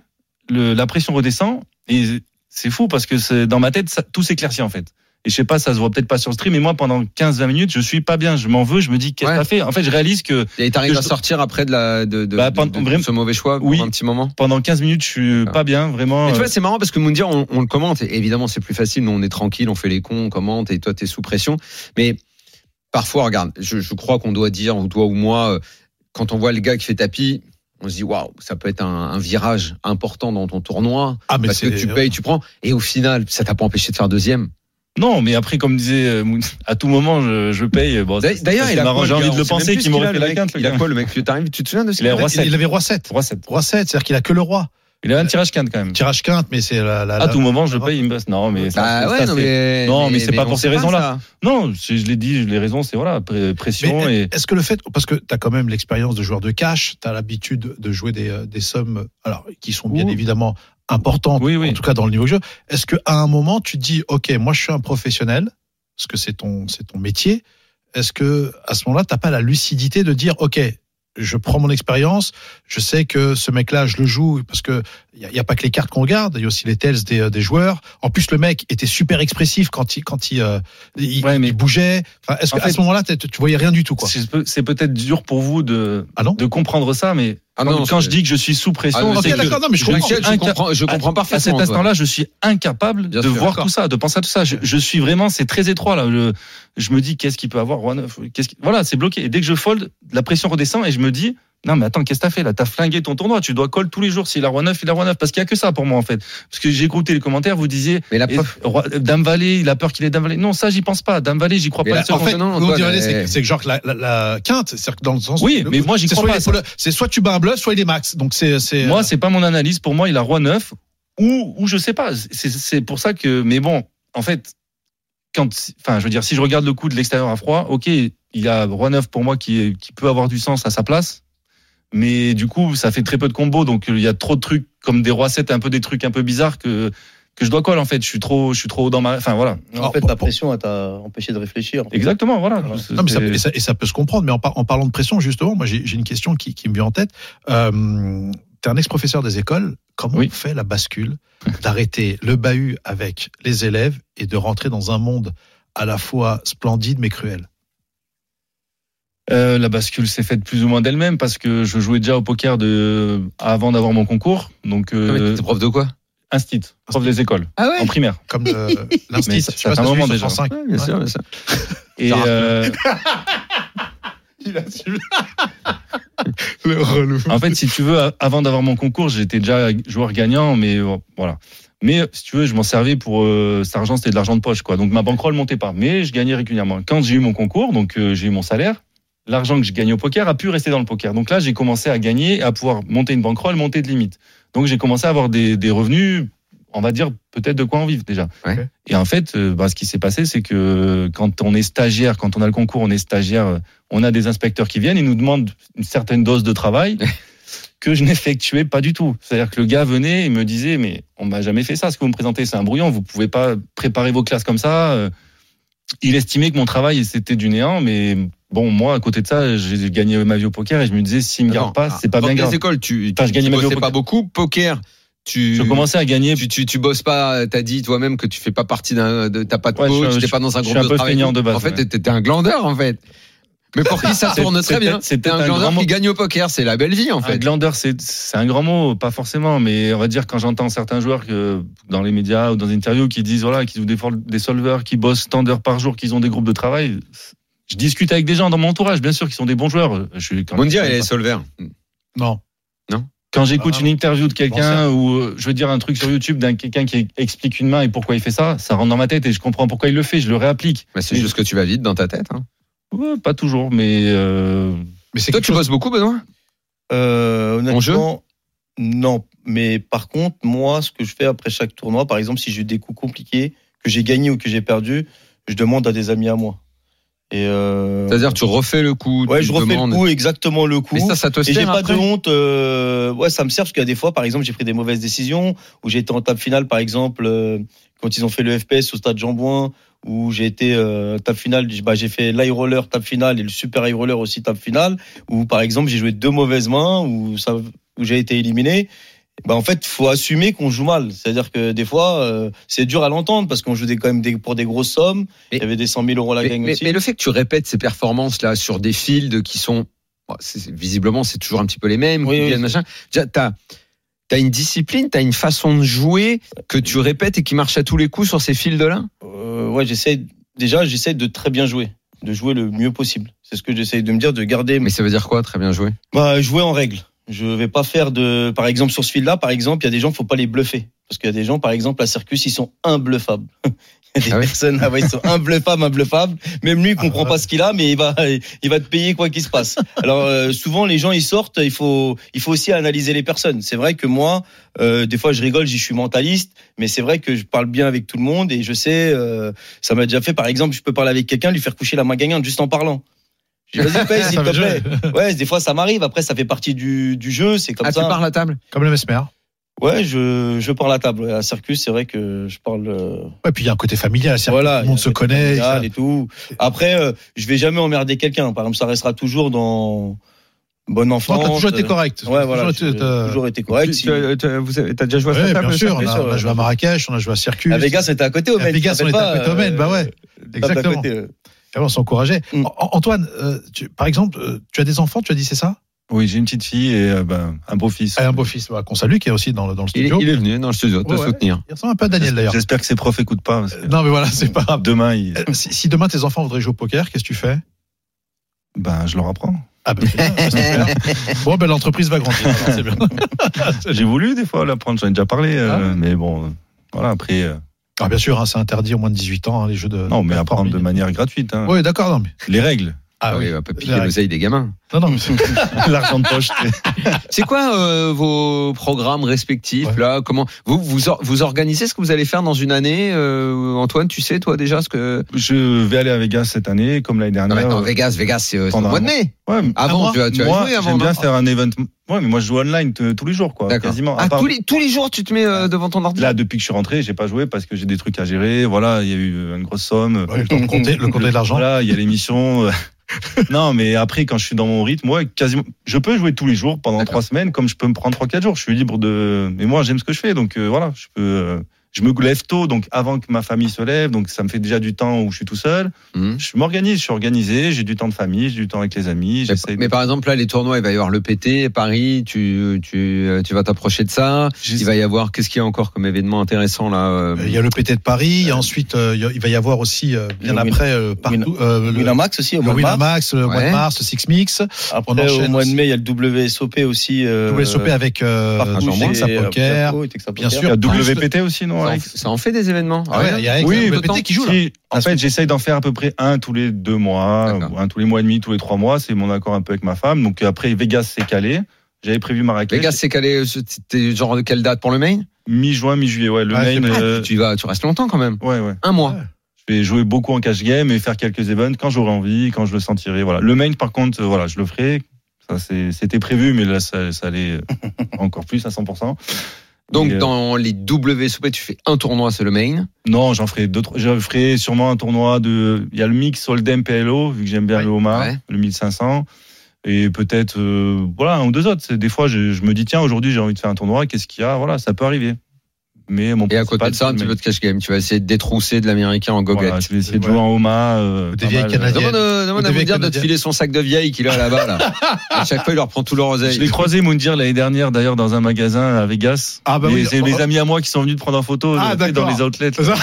le, la pression redescend et c'est fou parce que c'est- dans ma tête, ça, tout s'éclaircit en fait. Et je sais pas, ça se voit peut-être pas sur le stream, mais moi pendant 15-20 minutes, je suis pas bien, je m'en veux, je me dis qu'est-ce que
Ouais.
t'as fait En fait, je réalise que
Et t'arrives
que
à
je-
sortir après de, la, de, de-
Bah,
de-
pendant-
de- de
vraiment-
ce mauvais choix
Oui.
pour un petit moment.
pendant 15 minutes, je suis
Ah.
pas bien, vraiment.
Mais tu
euh,
vois, c'est marrant parce que Moundir, on, on le commente. Et évidemment, c'est plus facile. Nous, on est tranquille, on fait les cons, on commente. Et toi, t'es sous pression. Mais parfois, regarde, je, je crois qu'on doit dire, ou toi ou moi, euh, quand on voit le gars qui fait tapis, on se dit waouh, ça peut être un, un virage important dans ton tournoi
Ah, mais
parce que
c'est.
tu payes, tu prends. Et au final, ça t'a pas empêché de faire deuxième.
Non, mais après, comme disait, euh, Moon- à tout moment, je, je paye. Bon,
D'a-
ça,
D'ailleurs,
ça,
il a
c'est marrant,
quoi,
j'ai
le
envie
gars
de le
On sait même
penser
plus
qu'il
ce a,
m'aurait fait
le
la
mec.
quinte. le
Il a
gars.
quoi le mec Tu t'arrives, tu te souviens de ce
Il a
qu'il a
roi
Il,
sept.
il avait roi 7.
Roi sept.
Roi 7, c'est-à-dire qu'il a que le roi.
Il a un tirage quinte quand même.
Tirage quinte, mais c'est la. la,
À
Ah,
la-
tout moment, je le paye, il me passe. Non, mais ça,
Bah
ça,
ouais, non,
c'est-
mais,
Non, mais c'est pas
on
pour ces
sait
raisons-là.
ça.
non, je, je l'ai dit, les raisons, c'est voilà, pré- pression
euh,
Mais
et.
Est-ce que le fait, parce que tu as quand même l'expérience de joueur de cash, tu as l'habitude de jouer des, euh, des sommes alors, qui sont bien
Oui.
évidemment importantes,
Oui, oui.
en tout cas dans le niveau de jeu. Est-ce qu'à un moment, tu te dis, OK, moi je suis un professionnel, parce que c'est ton, c'est ton métier, est-ce que à ce moment-là, tu pas la lucidité de dire, OK, je prends mon expérience, je sais que ce mec-là, je le joue, parce que Il n'y a, il y a pas que les cartes qu'on regarde, il y a aussi les tells des, euh, des joueurs. En plus, le mec était super expressif quand il, quand il, euh, il,
Ouais, mais-
il bougeait. Enfin, Est-ce
En
qu'à
fait-
ce moment-là, t'es- tu voyais rien du tout quoi
C'est peu- c'est peut-être dur pour vous de,
Ah non
de comprendre ça, mais
Ah
quand,
non,
quand
c'est-
je dis que je suis sous
Ah,
pression,
mais
Ok,
c'est que
d'accord, non, mais je comprends.
Michel, je
Un-
comprends, je comprends
à cet
parfaitement. toi.
instant-là, je suis incapable
Bien
de
sûr.
voir
D'accord.
tout ça, de penser à tout ça. Je, je suis vraiment, c'est très étroit là. Je, je me dis qu'est-ce qu'il peut avoir, Juan, qu'est-ce qui- voilà, c'est bloqué. Et dès que je fold, la pression redescend et je me dis. Non mais attends, qu'est-ce que t'as fait là T'as flingué ton tournoi, tu dois call tous les jours, s'il a roi 9, il a roi 9, parce qu'il y a que ça pour moi en fait. Parce que j'ai écouté les commentaires, vous disiez,
Mais la
et-
preuve,
roi- Dame Vallée, il a peur qu'il ait Dame Vallée. Non, ça j'y pense pas, Dame Vallée, j'y crois
Mais
pas.
la-
une seconde.
En fait,
Non, non,
nous, on
Antoine,
dirait, c'est
euh,
c'est que genre la, la- la quinte, c'est-à-dire que dans le sens.
Oui,
le-
mais moi, j'y
c'est
crois
soit il
pas,
est
ça.
polo- C'est soit tu bats un bluff, soit il est max. Donc c'est. c'est- euh,
Moi, c'est pas mon analyse. Pour moi, il a roi 9 ou, ou je sais pas. C'est- C'est pour ça que. Mais bon, en fait, quand, enfin, je veux dire, si je regarde le coup de l'extérieur à froid, ok, il a roi 9 pour moi qui, est- qui peut avoir du sens à sa place. Mais du coup, ça fait très peu de combos. Donc, il y a trop de trucs comme des rois 7, un peu des trucs un peu bizarres que, que je dois call en fait. Je suis trop, je suis trop dans ma. Enfin, voilà.
En fait, ta pression elle t'a empêché de réfléchir.
Exactement, voilà.
Non, mais ça,
C'est-
et, ça, et ça peut se comprendre, mais en, par- en parlant de pression, justement, moi j'ai j'ai une question qui, qui me vient en tête. Euh, T'es un ex-professeur des écoles, comment
Oui.
on fait la bascule d'arrêter le bahut avec les élèves et de rentrer dans un monde à la fois splendide mais cruel
Euh, la bascule s'est faite plus ou moins d'elle-même parce que je jouais déjà au poker de avant d'avoir mon concours. Donc,
Ah, mais
euh,
t'es prof de quoi
instit, prof des écoles
Ah
en primaire.
Comme le- l'instit, tu vois,
Mais ça- ça fait
c'est
un
celui
moment
sur
déjà.
105.
Ouais, bien sûr, bien sûr.
Et
Ça
euh,
Le relou.
en fait, si tu veux, a- avant d'avoir mon concours, j'étais déjà joueur gagnant, mais euh, voilà. Mais euh, si tu veux, je m'en servais pour euh, cet argent, c'était de l'argent de poche, quoi. Donc ma bankroll montait pas, mais je gagnais régulièrement. Quand j'ai eu mon concours, donc euh, j'ai eu mon salaire, l'argent que j'ai gagné au poker a pu rester dans le poker. Donc là, j'ai commencé à gagner, à pouvoir monter une bankroll, monter de limite. Donc j'ai commencé à avoir des, des revenus, on va dire peut-être de quoi en vivre déjà.
Ouais.
Et en fait, euh, bah, ce qui s'est passé, c'est que euh, quand on est stagiaire, quand on a le concours, on est stagiaire, euh, on a des inspecteurs qui viennent, ils nous demandent une certaine dose de travail que je n'effectuais pas du tout. C'est-à-dire que le gars venait et me disait, mais on m'a jamais fait ça, ce que vous me présentez, c'est un brouillon, vous pouvez pas préparer vos classes comme ça. Euh, Il estimait que mon travail, c'était du néant, mais bon, moi, à côté de ça, j'ai gagné ma vie au poker et je me disais, s'il me
Attends,
garde pas, c'est pas
prof
bien
des
grave.
écoles, tu,
Enfin, je
tu
gagnais ma vie au
bossais pas
poker.
beaucoup. Poker, tu.
Je commençais à gagner
Tu, tu, tu bosses pas, t'as dit toi-même que tu fais pas partie d'un, de- t'as pas de
Ouais, je suis
coach,
un-
t'es pas dans un
je suis
groupe
un
de
peu
travail.
feignant de base,
en fait,
ouais.
t'étais un glandeur, en fait. Mais pour qui ça
C'est-
tourne très
c'est
bien.
peut-être- c'est
T'es
peut-être
un
un grand
glandeur
mot.
qui gagne au poker, c'est la belle vie, en
Un
fait.
glandeur, c'est c'est un grand mot, pas forcément, mais on va dire quand j'entends certains joueurs que, dans les médias ou dans des interviews qui disent voilà, qu'ils ont des, fol- des solveurs, qui bossent tant d'heures par jour, qu'ils ont des groupes de travail. Je discute avec des gens dans mon entourage, bien sûr, qui sont des bons joueurs. Je suis quand
On dirait les solvers.
Non.
quand j'écoute
Ah,
une interview de
pensez
quelqu'un ou euh, je veux dire un truc sur YouTube d'un quelqu'un qui explique une main et pourquoi il fait ça, ça rentre dans ma tête et je comprends pourquoi il le fait, je le réapplique.
Mais c'est juste que tu vas vite dans ta tête. hein.
Ouais, pas toujours, mais euh,
Mais c'est
Toi, tu
quelque chose-
bosses beaucoup, Benoît
Euh, honnêtement,
En jeu
non. Mais par contre, moi, ce que je fais après chaque tournoi, par exemple, si j'ai eu des coups compliqués, que j'ai gagné ou que j'ai perdu, je demande à des amis à moi. Et euh,
C'est-à-dire, tu refais le coup,
ouais,
tu
je refais
demandes.
le coup, exactement le coup.
Mais ça, ça te
Et j'ai
sert
pas
après.
de honte. euh, ouais, ça me sert parce qu'il y a des fois, par exemple, j'ai pris des mauvaises décisions où j'ai été en table finale, par exemple, euh, quand ils ont fait le FPS au stade Jean-Bouin, où j'ai été euh, table finale. j'ai- Bah, j'ai fait l'high roller table finale et le super high roller aussi table finale. Où par exemple, j'ai joué deux mauvaises mains où ça, où j'ai été éliminé. Bah, en fait, faut assumer qu'on joue mal. C'est-à-dire que des fois, euh, c'est dur à l'entendre parce qu'on joue des, quand même des, pour des grosses sommes.
Mais-
Il y avait des 100 000 euros à la
Mais,
gagne
mais-
aussi.
mais le fait que tu répètes ces performances là sur des fields qui sont bon, c'est- c'est- visiblement c'est toujours un petit peu les mêmes,
Oui,
qui
oui,
viennent, machin. Déjà, t'as as une discipline, t'as une façon de jouer que tu répètes et qui marche à tous les coups sur ces fields là.
Euh, ouais, j'essaie déjà, j'essaie de très bien jouer, de jouer le mieux possible. C'est ce que j'essaie de me dire, de garder,
Mais ça veut dire quoi Très bien joué.
bah, jouer en règle. Je vais pas faire de, par exemple, sur ce fil-là, par exemple, il y a des gens, faut pas les bluffer. Parce qu'il y a des gens, par exemple, à Circus, ils sont imbluffables. Il y a des
Ah ouais
personnes, ah ouais, ils sont imbluffables, imbluffables. Même lui, il comprend pas ce qu'il a, mais il va, il va te payer quoi qu'il se passe. Alors, euh, souvent, les gens, ils sortent, il faut, il faut aussi analyser les personnes. C'est vrai que moi, euh, des fois, je rigole, je dis, je suis mentaliste, mais c'est vrai que je parle bien avec tout le monde et je sais, euh, ça m'a déjà fait, par exemple, je peux parler avec quelqu'un, lui faire coucher la main gagnante juste en parlant. Je dis, vas-y, paye, s'il te plaît. Ouais, des fois ça m'arrive. Après, ça fait partie du, du jeu, c'est comme
ah, tu
ça.
parles à table
Comme le mesmer.
Ouais, je, je parle à table. À Circus, c'est vrai que je parle. euh,
Ouais, puis il y a un côté familial, c'est-à-dire
Voilà,
que tout le
il y a un
monde se
côté
connaît.
familial et tout. Après, euh, je vais jamais emmerder quelqu'un. Par exemple, ça restera toujours dans Bonne enfance.
Non, t'as toujours été correct.
Ouais, voilà.
Toujours été,
j'ai
euh,
toujours été correct.
Tu-
Si-
tu as- tu as- vous avez- t'as déjà joué à
Ouais,
cette
bien
table
sûr, on
bien
a,
sûr,
on a joué à Marrakech, on a joué à Circus.
À Vegas, c'était à côté, au
À Vegas, on était à côté au Maine, bah ouais.
euh,
Exactement. Et on s'encourageait.
Mm.
An- Antoine, euh, tu- par exemple, euh, tu as des enfants, tu as dit c'est ça
Oui, j'ai une petite fille et euh, ben, un beau fils.
Et Un beau-fils voilà, Bah, qu'on salue, qui est aussi dans le, dans le
Il,
studio.
il est venu dans le studio te
Ouais, ouais.
soutenir.
Il ressemble un peu à Daniel d'ailleurs.
J'espère que ses profs écoutent pas. parce que
Non, mais voilà, c'est pas grave.
Demain, ils-
Euh, Si, si demain tes enfants voudraient jouer au poker, qu'est-ce que tu fais
ben, je leur apprends.
Ah ben, c'est bien, c'est bien. bon, ben l'entreprise va grandir. alors, c'est bien.
J'ai voulu des fois l'apprendre, j'en ai déjà parlé,
Ah
euh, mais bon, euh, voilà, après, euh,
Ah, bien sûr, hein, c'est interdit au moins de 18 ans hein, les jeux de.
Ah,
non, mais apprendre de manière gratuite. hein.
Oui, d'accord, non mais.
Les règles,
Ah oui.
on va pas piquer
C'est vrai.
l'oseille des gamins.
Non, non, mais
l'argent de poche. c'est-
C'est quoi euh, vos programmes respectifs
Ouais.
là Comment vous vous or- vous organisez ce que vous allez faire dans une année euh, Antoine, tu sais toi déjà ce que
Je vais aller à Vegas cette année, comme l'année
Non, Ah, mais
dernière.
attends, Vegas, Vegas c'est euh, c'est au
pendant
mois de
un
mai.
Ouais, mais-
Avant
mois.
tu as, tu as
moi,
joué avant.
j'aime bien
non
faire un event. Ouais, mais moi je joue online t- tous les jours, quoi.
D'accord.
Quasiment. À
Ah,
part-
tous les tous les jours tu te mets euh, devant ton ordi.
Là, depuis que je suis rentré, j'ai pas joué parce que j'ai des trucs à gérer. Voilà, il y a eu euh, une grosse somme.
ouais, Bah le temps de compter, le compter de l'argent.
Voilà, il y a l'émission. euh. non, mais après, quand je suis dans mon rythme, moi, quasiment, je peux jouer tous les jours pendant
D'accord.
trois semaines, comme je peux me prendre trois, quatre jours. Je suis libre de. Mais moi, j'aime ce que je fais, donc euh, voilà, je peux. euh, je me lève tôt, donc avant que ma famille se lève, donc ça me fait déjà du temps où je suis tout seul.
Mhm.
Je m'organise, je suis organisé, j'ai du temps de famille, j'ai du temps avec les amis.
Mais,
j'essaie de-
mais par exemple là les tournois il va y avoir le PT Paris tu tu euh, tu vas t'approcher de ça il
j'essaie-
va y avoir qu'est-ce qu'il y a encore comme événement intéressant là euh,
Euh, Il y a le PT de Paris, il y a ensuite euh, il y a- il va y avoir aussi euh, bien
Le Win-
après euh, partout euh, le,
Winamax aussi, au
le
mois de mars.
Winamax, le mois
Ouais.
de mars, le Six Mix, on
Après, au
enchaîne
mois de
aussi.
mai, il y a le WSOP aussi. euh,
WSOP avec euh,
partout
Jean
chez-
Brandt,
sa poker.
Texaco et Texas
Bien
Poker.
Il y a
sûr.
WPT aussi, non,
ça, en,
Alex
ça en fait des événements
Ah ouais, il y a
Oui,
le
d'autant-
PT qui joue là.
Si, en fait, j'essaye d'en faire à peu près un tous les deux mois,
D'accord.
ou un tous les mois et demi, tous les trois mois. C'est mon accord un peu avec ma femme. Donc euh, après, Vegas s'est calé. J'avais prévu Marrakech.
Vegas c'est calé euh, t'es genre de quelle date pour le main
Mi-juin, mi-juillet, ouais. Le
Ah, c'est
main,
bien.
euh,
tu vas tu restes longtemps quand même
ouais, ouais.
un mois
Je vais jouer beaucoup en cash game et faire quelques events quand j'aurai envie, quand je le sentirai. Voilà. Le main, par contre, euh, voilà, je le ferai. Ça, c'est- c'était prévu, mais là, ça, ça allait euh, encore plus à 100%.
Donc
Et, euh,
dans les WSOP, tu fais un tournoi, c'est le main.
Non, j'en ferai deux, trois- je ferai sûrement un tournoi de, il y a le mix Hold'em PLO, vu que j'aime bien
Ouais.
le Omar,
Ouais.
le 1500. Et peut-être, euh, voilà, un ou deux autres. C'est- Des fois, je, je me dis, tiens, aujourd'hui, j'ai envie de faire un tournoi, qu'est-ce qu'il y a? Voilà, ça peut arriver. Mais mon
Et à
principal,
côté de ça,
c'est
un
le
petit
main.
peu de cash game. Tu vas essayer de détrousser de l'américain en goguette.
Voilà, je vais essayer de
Ouais.
jouer en Oma. euh,
Des
pas
vieilles
mal, euh,
Canadiennes.
Demande, euh, demande à
Vous devez
Moundir de te
connaître.
filer son sac de vieille qu'il a là-bas. Là. à chaque fois, il leur prend tout leur
Je l'ai
oseille.
croisé Moundir l'année dernière d'ailleurs dans un magasin à Vegas.
Ah bah
Et
oui.
c'est mes amis à moi qui sont venus de prendre en photo
Ah,
tu sais, dans
d'accord.
les outlets. là.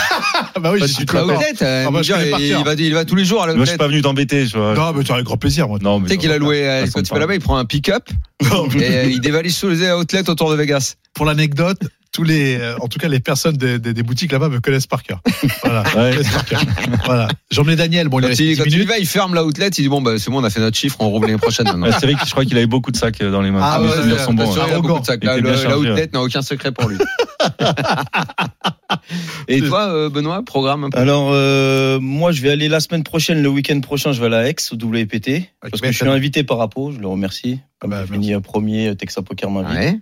Ah bah oui,
Pas
je
du
suis
tout
tout
La
d'accord.
Outlet, euh,
Ah,
bah,
moi, je
Moundir,
connais par
il,
cœur.
il va, il va tous les jours à la
hein. Moi je suis
Outlet.
pas venu t'embêter, tu vois.
Non, mais tu as avec grand plaisir, moi.
Non, mais
Tu sais qu'il a loué euh,
Ça me
quand tu vas
parle.
là-bas, il prend un pick-up et euh, il dévalise tous les outlets autour de Vegas.
Pour l'anecdote, tous les, euh, en tout cas, les personnes des, des- des boutiques là-bas me connaissent par cœur. Voilà.
Ouais.
Connaissent par cœur. Voilà. J'emmenais Daniel, bon, il
Quand
reste
il,
10
quand il y
minutes.
va, il ferme la outlet, il dit bon bah c'est bon, on a fait notre chiffre, on roule l'année prochaine maintenant.
Ah, C'est vrai que je crois qu'il avait beaucoup de sacs euh, dans les mains.
Ah,
Ah
Mais
ouais,
ouais,
ils
ouais,
sont bons,
t'as sûr,
hein.
il a
Arrogant.
beaucoup de sacs.
Il
Là,
était bien
le- La
chargé,
outlet
ouais.
n'a aucun secret pour lui. Et toi, euh, Benoît, programme un peu
Alors, euh, moi, je vais aller la semaine prochaine, le week-end prochain, je vais aller à Aix au WPT.
Ah,
Parce que je suis
Mercato.
invité par Apo, je le remercie.
Ah bah,
Fini premier, euh, Texas Poker m'invite.
Ouais.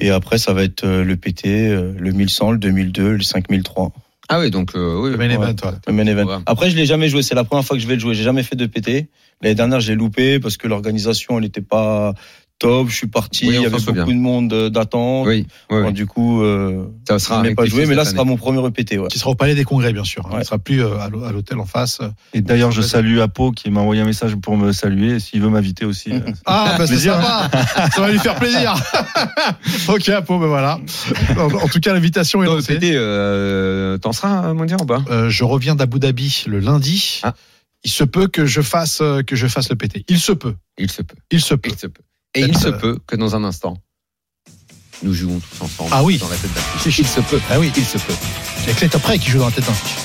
Et après, ça va être euh, le PT, euh, le 1100, le 2002, le 5003.
Ah oui, donc euh, oui.
Le main event,
Ouais.
voilà.
Le main event.
Programme.
Après, je l'ai jamais joué. C'est la première fois que je vais le jouer. J'ai jamais fait de PT. L'année dernière, j'ai loupé parce que l'organisation, elle n'était pas top. Je suis parti.
Oui, on
il y
s'en
avait beaucoup
souvient.
de monde euh, d'attente.
Oui, oui,
Enfin,
oui.
Du coup, euh,
ça sera.
je n'ai pas
rectifié
joué. Mais là, ce
cette
sera
année.
mon premier PT. Ouais.
Qui sera au Palais des Congrès, bien sûr. hein. Il
Ouais.
sera plus euh, à l'hô- à l'hôtel en face.
Et d'ailleurs, je salue Apo qui m'a envoyé un message pour me saluer. S'il veut m'inviter aussi. euh,
Ah, bah c'est
Plaisir.
sympa. Ça va lui faire plaisir. ok, bon, ben voilà. En, en tout cas, l'invitation est
Dans le
lancée.
PT, euh, t'en seras, euh, Mondial, ou pas
Euh, je reviens d'Abu Dhabi le lundi.
Ah.
Il se peut que je fasse euh, que je fasse le PT. Il se peut.
Il se peut.
Il se peut.
Il se peut. Et il se
Euh,
peut que dans un instant, nous jouons tous ensemble.
Ah oui.
Dans la tête d'affiche. Il se peut.
Ah oui.
Il se peut.
Il y a que les top Ray qui joue dans la tête d'un fiche.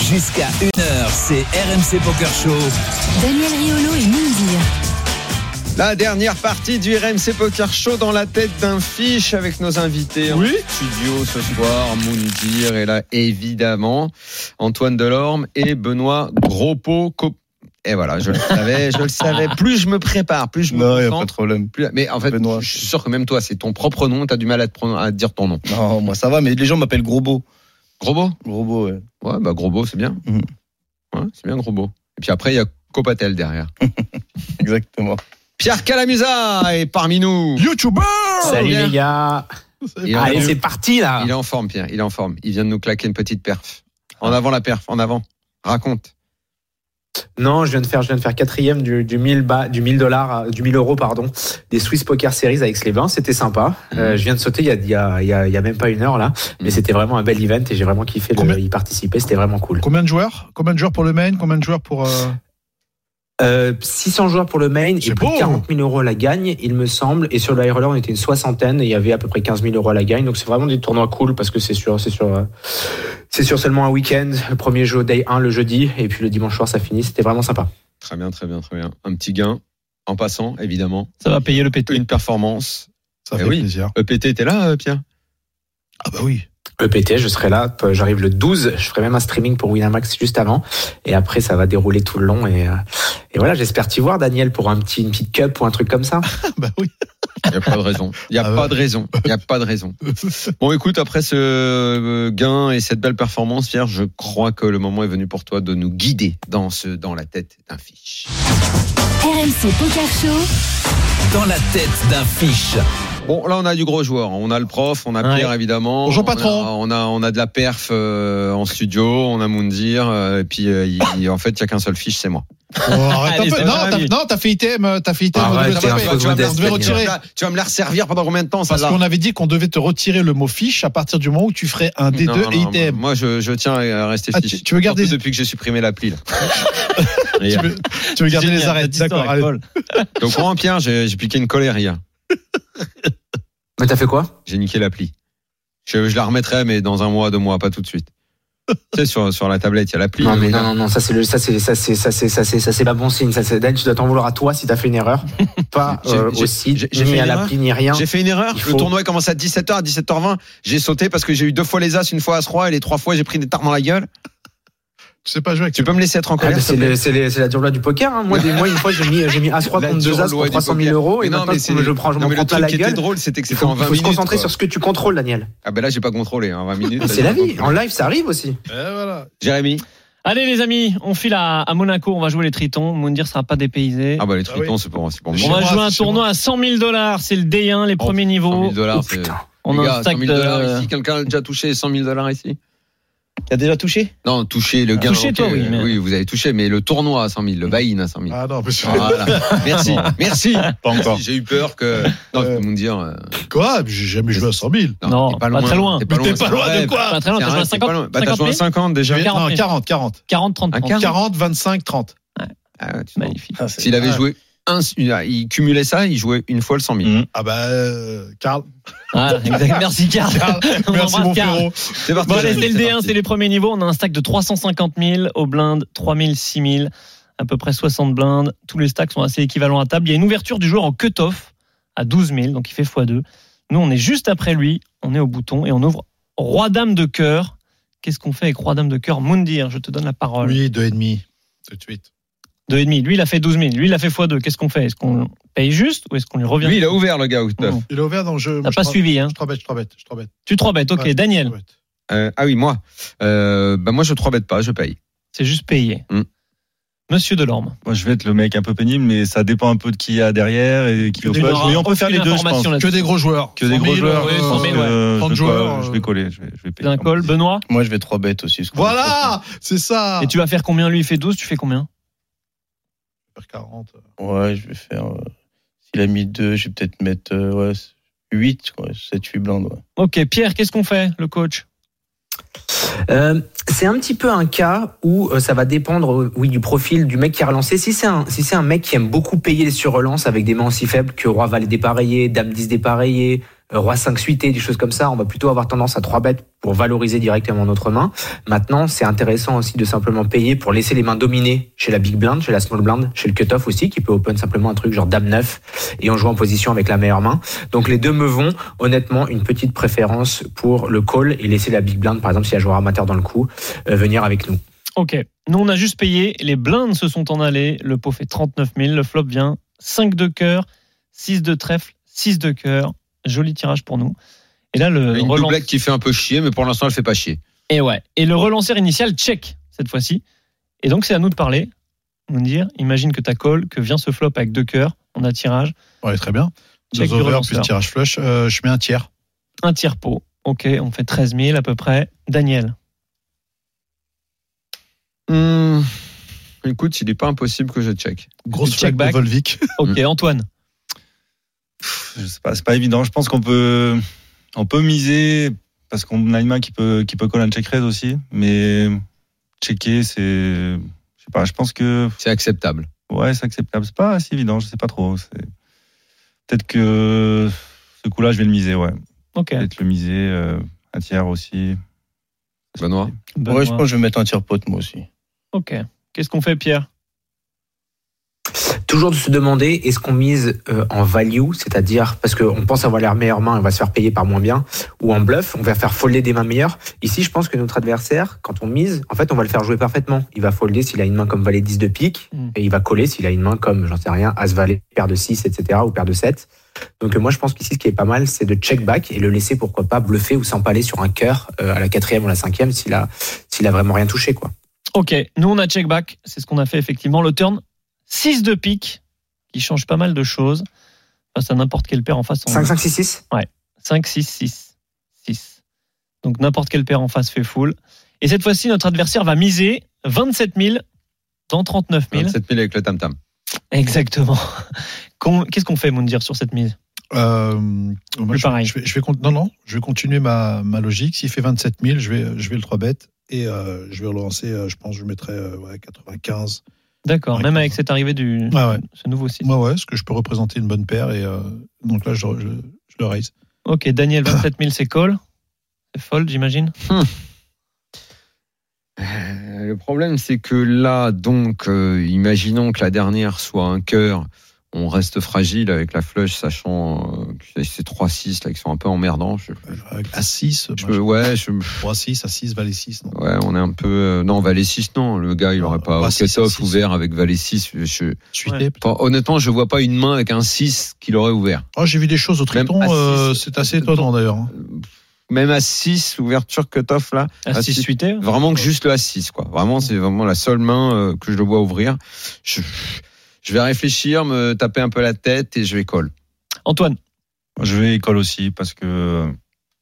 Jusqu'à 1h, c'est RMC Poker Show.
Daniel Riolo et Mindir.
La dernière partie du RMC Poker Show dans la tête d'un fiche avec nos invités en studio ce soir, Moundir est là évidemment, Antoine Delorme et Benoît Groppo. Co- Et voilà, je le savais, je le savais. Plus je me prépare, plus je me
Non, il n'y a pas
concentre,
de problème.
plus- Mais en fait,
Benoît.
je suis sûr que même toi, c'est ton propre nom, t'as du mal à, te pron- à dire ton nom.
Non, moi, ça va. Mais les gens m'appellent Grosbeau.
Grobo
Grosbeau, ouais.
Ouais, bah Grobo, c'est bien.
Mhm.
Ouais, c'est bien Grobo. Et puis après, il y a Copatel derrière.
Exactement.
Pierre Calamusa est parmi nous.
YouTuber
Salut
bien.
les gars.
Il est,
Ah,
en
Allez,
forme.
c'est parti là.
Ah.
Il est en forme, Pierre. Il est en forme. Il vient de nous claquer une petite perf. En
Ah.
avant la perf, en avant. Raconte.
Non, je viens de faire, je viens de faire quatrième du, du 1000 ba- du 1000 dollars, euh, du 1000 euros pardon, des Swiss Poker Series avec les bains. C'était sympa. Euh, je viens de sauter il y a, il y a- il y a- il y a même pas une heure là, mais
Mhm.
c'était vraiment un bel event et j'ai vraiment kiffé de
Combien
y participer. C'était vraiment cool.
Combien de joueurs Combien de joueurs pour le main Combien de joueurs pour. euh,
Euh, 600 joueurs pour le main et
C'est
plus
beau. hein.
de 40 000 euros à la gagne, il me semble. Et sur le high roller, on était une soixantaine et il y avait à peu près 15 000 euros à la gagne. Donc c'est vraiment des tournois cool parce que c'est sûr, c'est sûr, c'est sûr seulement un week-end. Le premier jeu day 1 le jeudi et puis le dimanche soir ça finit. C'était vraiment sympa.
Très bien, très bien, très bien. Un petit gain. En passant, évidemment.
Ça va payer le PT.
Une performance.
Ça
Eh
fait
oui.
plaisir.
EPT, t'es là, euh, Pierre
Ah bah oui.
EPT, E je serai là. euh, J'arrive le 12. Je ferai même un streaming pour Winamax juste avant. Et après, ça va dérouler tout le long. Et, euh, et voilà, j'espère t'y voir, Daniel, pour un petit, une petite cup ou un truc comme ça.
Ah bah oui.
Il n'y a pas de raison. Il n'y a
Ah ouais.
pas de raison. Il n'y a pas de raison. Bon, écoute, après ce euh, gain et cette belle performance, Pierre, je crois que le moment est venu pour toi de nous guider dans ce dans la tête d'un fiche.
RMC Poker Show,
Dans la tête d'un fiche.
Bon, là, on a du gros joueur. On a le prof, on a
Ouais.
Pierre, évidemment.
Bonjour,
On a-
patron.
On a, on a, de la perf euh, en studio, on a Moundir. euh, et puis, euh, il- en fait, il n'y a qu'un seul fiche, c'est moi.
Oh, arrête un
Allez,
peu.
ça
Non,
va,
t'as-
Ami.
non, t'as fait ITM. euh, T'as fait ITM.
Ah
on
ouais,
devait
t'as
te
un
rappeler.
peu de
tu, vas me la-
modeste,
tu vas me la- tu
Daniel.
vas- tu vas me la resservir pendant combien de temps, ça
Parce
là
qu'on avait dit qu'on devait te retirer le mot fiche à partir du moment où tu ferais un D2
Non, non,
et
non,
ITM.
Moi, je, je tiens à rester
Ah,
fiche.
tu- tu veux garder-
Surtout depuis que j'ai supprimé l'appli. là. Et,
Tu
euh,
veux, tu veux garder
Génial,
les arrêts.
cette histoire
D'accord.
avec
allez.
Paul.
Donc, moi, Pierre, j'ai j'ai piqué une colère hier.
Mais t'as fait quoi
J'ai niqué l'appli. Je, je la remettrai, mais dans un mois, deux mois, pas tout de suite. tu sais, sur, sur la tablette, il y a l'appli.
Non mais non non non ça c'est le ça c'est ça c'est ça c'est ça c'est ça c'est pas bon signe ça c'est Dan tu dois t'en vouloir à toi si t'as fait une erreur pas
J'ai-
euh,
j'ai-
au site
j'ai- j'ai fait
ni à
une
l'appli ni rien
J'ai fait une erreur.
Il
Le
faut-
tournoi commence à 17h, à 17h20. J'ai sauté parce que j'ai eu deux fois les As, une fois As-Roi, et les trois fois, j'ai pris des tartes dans la gueule.
Tu sais pas jouer avec
Tu peux me laisser être en
Ah,
colère
bah,
s'il te
c'est
plaît
le- c'est le- c'est la dure loi du poker hein. moi des moi une fois j'ai mis j'ai mis as 3
La
contre
dure
2 as
loi
pour
du
300 000
poker.
euros et
Mais non,
maintenant
mais
je me prends je
non,
me
mais
prends
le
pas
truc
la
qui était
gueule
drôle, c'était que
il
c'était
faut,
en 20
faut se
minutes.
concentrer
quoi.
sur ce que tu contrôles Daniel
Ah ben là, j'ai pas contrôlé. hein, 20 minutes.
c'est la vie en live ça arrive aussi
Eh, voilà.
Jérémy.
Allez les amis, on file à, à Monaco, on va jouer les Tritons. Moundir sera pas dépaysé.
Ah bah les
Ah
tritons, c'est pour, c'est pour
On
moi.
on
chez moi,
va jouer un
c'est chez
tournoi à 100 000 dollars, c'est le D1, les premiers
100 000
niveaux.
dollars,
oh
Ah, c'est-
putain
On
Les
a
gars, 100
un stack
000
de...
dollars ici. Quelqu'un a déjà touché 100 000 dollars ici
T'as déjà touché
Non, touché le gain.
Ah, Touché,
ok,
toi, oui,
euh,
mais-
vous avez touché, mais le tournoi à 100 000, le buy-in à 100 000.
Ah non, mais je-
Voilà. Merci, merci.
Pas encore.
J'ai eu peur que. Non,
Euh.
tout le monde dire. euh,
Quoi J'ai jamais joué à 100 000.
Non,
t'es
pas très loin.
T'es pas loin de quoi
Pas très loin, t'as joué à 50
Bah, t'as joué à
000?
50 déjà.
J'avais- non, 40, 40,
40 000.
40.
40, 30,
Un
30.
40, 25, 30.
Ah, ouais, tu Ah. vois.
Magnifique.
S'il avait joué. Un, il cumulait ça, il jouait une fois le 100 000.
Mm.
Ah bah, euh, Karl.
Ah, exact. Merci Karl.
Karl,
On
Merci
embrasse
mon
Karl. Oh
frérot.
C'est parti.
Bon, allez,
Jérémy,
c'est le
c'est
D1,
parti.
c'est les premiers niveaux. On a un stack de 350 000 aux blindes, 3 000, 6 000, à peu près 60 blindes. Tous les stacks sont assez équivalents à table. Il y a une ouverture du joueur en cut-off à 12 000, donc il fait x2. Nous, on est juste après lui, on est au bouton et on ouvre Roi-Dame de cœur. Qu'est-ce qu'on fait avec Roi-Dame de cœur Moundir, je te donne la parole.
Oui, 2,5. Tout de suite.
Deux et demi. Lui, il a fait 12 000. Lui, il a fait x2. Qu'est-ce qu'on fait Est-ce qu'on paye juste ou est-ce qu'on lui revient
Lui, il a ouvert le gars au teuf.
Mmh.
Il est ouvert dans le jeu.
T'as pas suivi, hein
Je 3 bête, je 3 bête, je 3 bête.
Tu 3 bêtes, ok.
Ouais,
Daniel,
trois bêtes.
Euh, ah oui, moi. Euh, bah, moi, je 3 bête pas, je paye.
c'est juste payé.
Mmh.
Monsieur Delorme.
Moi, je vais être le mec un peu pénible, mais ça dépend un peu de qui il y a derrière et qui veut
Tu
pas
n'auras
jouer. Mais on peut faire
aucune
les deux, je pense.
information là-dessus.
Que des gros joueurs.
Que des
100 000,
gros joueurs.
ouais,
euh,
je
100
pense
000,
que, euh,
30
je vais
joueurs,
pas- Je
euh.
vais coller, je vais, je vais payer.
D'un call, Benoît.
Moi, je vais 3 bêtes aussi. parce que-
Voilà, c'est ça.
Et tu vas faire combien lui Il fait 12, tu fais combien
Faire 40.
Ouais, je vais faire. euh, S'il a mis 2, je vais peut-être mettre euh, ouais, 8, quoi, 7, 8 blindes. Ouais.
Ok, Pierre, qu'est-ce qu'on fait, le coach
Euh, c'est un petit peu un cas où euh, ça va dépendre euh, oui du profil du mec qui a relancé. Si c'est un si c'est un mec qui aime beaucoup payer les surrelances avec des mains aussi faibles que roi valet dépareillé, dame 10 dépareillé, euh, roi 5 suité, des choses comme ça, on va plutôt avoir tendance à 3 bêtes pour valoriser directement notre main. Maintenant, c'est intéressant aussi de simplement payer pour laisser les mains dominer chez la big blind, chez la small blind, chez le cutoff aussi qui peut open simplement un truc genre dame 9 et on joue en position avec la meilleure main. Donc les deux me vont honnêtement une petite préférence pour le call et laisser la big blind, par exemple, si y a joueur amateur dans le coup, euh, venir avec nous.
Ok, nous on a juste payé, les blindes se sont en allées, le pot fait 39 000, le flop vient 5 de cœur, 6 de trèfle, 6 de cœur. Joli tirage pour nous. Et là, le
Une
relance-
doublette qui fait un peu chier, mais pour l'instant, elle fait pas chier.
Et ouais. Et le relanceur initial check cette fois-ci. Et donc c'est à nous de parler. on dire, imagine que ta call, que vient ce flop avec deux cœurs, on a tirage,
Ouais, très bien.
Check
Deux
du
over
relanceur.
plus tirage flush. Euh, je mets un tiers.
un tiers pot. Ok, on fait 13 000 à peu près. Daniel,
Hum, écoute, il n'est pas impossible que je check.
Grosse
Check
flag de
back.
Volvic.
ok, Antoine,
je sais pas, c'est pas évident. Je pense qu'on peut, on peut miser parce qu'on a une main qui peut, qui peut coller un check raise aussi, mais checker, c'est, je sais pas, je pense que,
C'est acceptable.
ouais, c'est acceptable. C'est pas si évident, je sais pas trop. C'est- Peut-être que ce coup-là, je vais le miser, ouais.
ok.
Peut-être le miser, euh, un tiers aussi.
Benoît
Benoît.
Ouais, je pense que je vais mettre un tire-pote, moi aussi.
Ok. Qu'est-ce qu'on fait, Pierre
Toujours de se demander est-ce qu'on mise euh, en value, c'est-à-dire parce qu'on pense avoir la meilleure main, on va se faire payer par moins bien, ou en bluff, on va faire folder des mains meilleures. Ici, je pense que notre adversaire, quand on mise, en fait, on va le faire jouer parfaitement. Il va folder s'il a une main comme valet 10 de pique,
Mm.
et il va coller s'il a une main comme, j'en sais rien, as valet, paire de 6, etc., ou paire de 7. Donc euh, moi, je pense qu'ici, ce qui est pas mal, c'est de check back et le laisser, pourquoi pas, bluffer ou s'empaler sur un cœur euh, à la quatrième ou la cinquième s'il a, s'il a vraiment rien touché, quoi.
Ok, nous on a check back, c'est ce qu'on a fait effectivement. Le turn 6 de pique, qui change pas mal de choses. Face à n'importe quelle paire en face, on
5, 5, 6, 6
5, 6, 6, 6. Donc n'importe quelle paire en face fait full. Et cette fois-ci, notre adversaire va miser 27 000 dans 39 000.
27 000 avec le tam-tam.
Exactement. Qu'on- Qu'est-ce qu'on fait, Moundir, sur cette mise
Euh, moi, je,
pareil.
Je vais, je vais con- non, non, je vais continuer ma, ma logique. S'il fait 27 000, je vais, je vais le 3 bête et euh, je vais relancer, euh, je pense, je mettrai euh, ouais, 95.
D'accord,
Ouais,
même
quinze.
avec cette arrivée du
Ouais, ouais.
ce nouveau site.
Ouais, ouais, parce que je peux représenter une bonne paire et euh, donc là, je, je, je le raise.
Ok, Daniel, 27 000, c'est call. C'est fold, j'imagine.
Euh, Le problème, c'est que là, donc, euh, imaginons que la dernière soit un cœur. On reste fragile avec la flush, sachant euh, que c'est 3-6 là qui sont un peu emmerdants. Je,
Avec A6,
je peux- ouais, je,
3-6, A6, Valet 6. Non.
ouais, on est un peu. euh, non, Valet 6, non. Le gars, il
Non,
aurait pas.
bah,
au
six,
cut-off
six.
ouvert avec Valet 6. je- je-
Suité,
Ouais.
peut-être.
Enfin, honnêtement, je vois pas une main avec un 6 qu'il aurait ouvert.
Oh, J'ai vu des choses au
Même
triton,
A6,
euh, c'est assez étonnant d'ailleurs. hein.
Même à 6, ouverture cut-off là.
Ah,
À 6
six.
suité.
Vraiment que juste le A6, quoi. Vraiment, c'est vraiment la seule main euh, que je le vois ouvrir. Je, je vais réfléchir, me taper un peu la tête et je vais call.
Antoine,
Je vais école aussi parce que euh,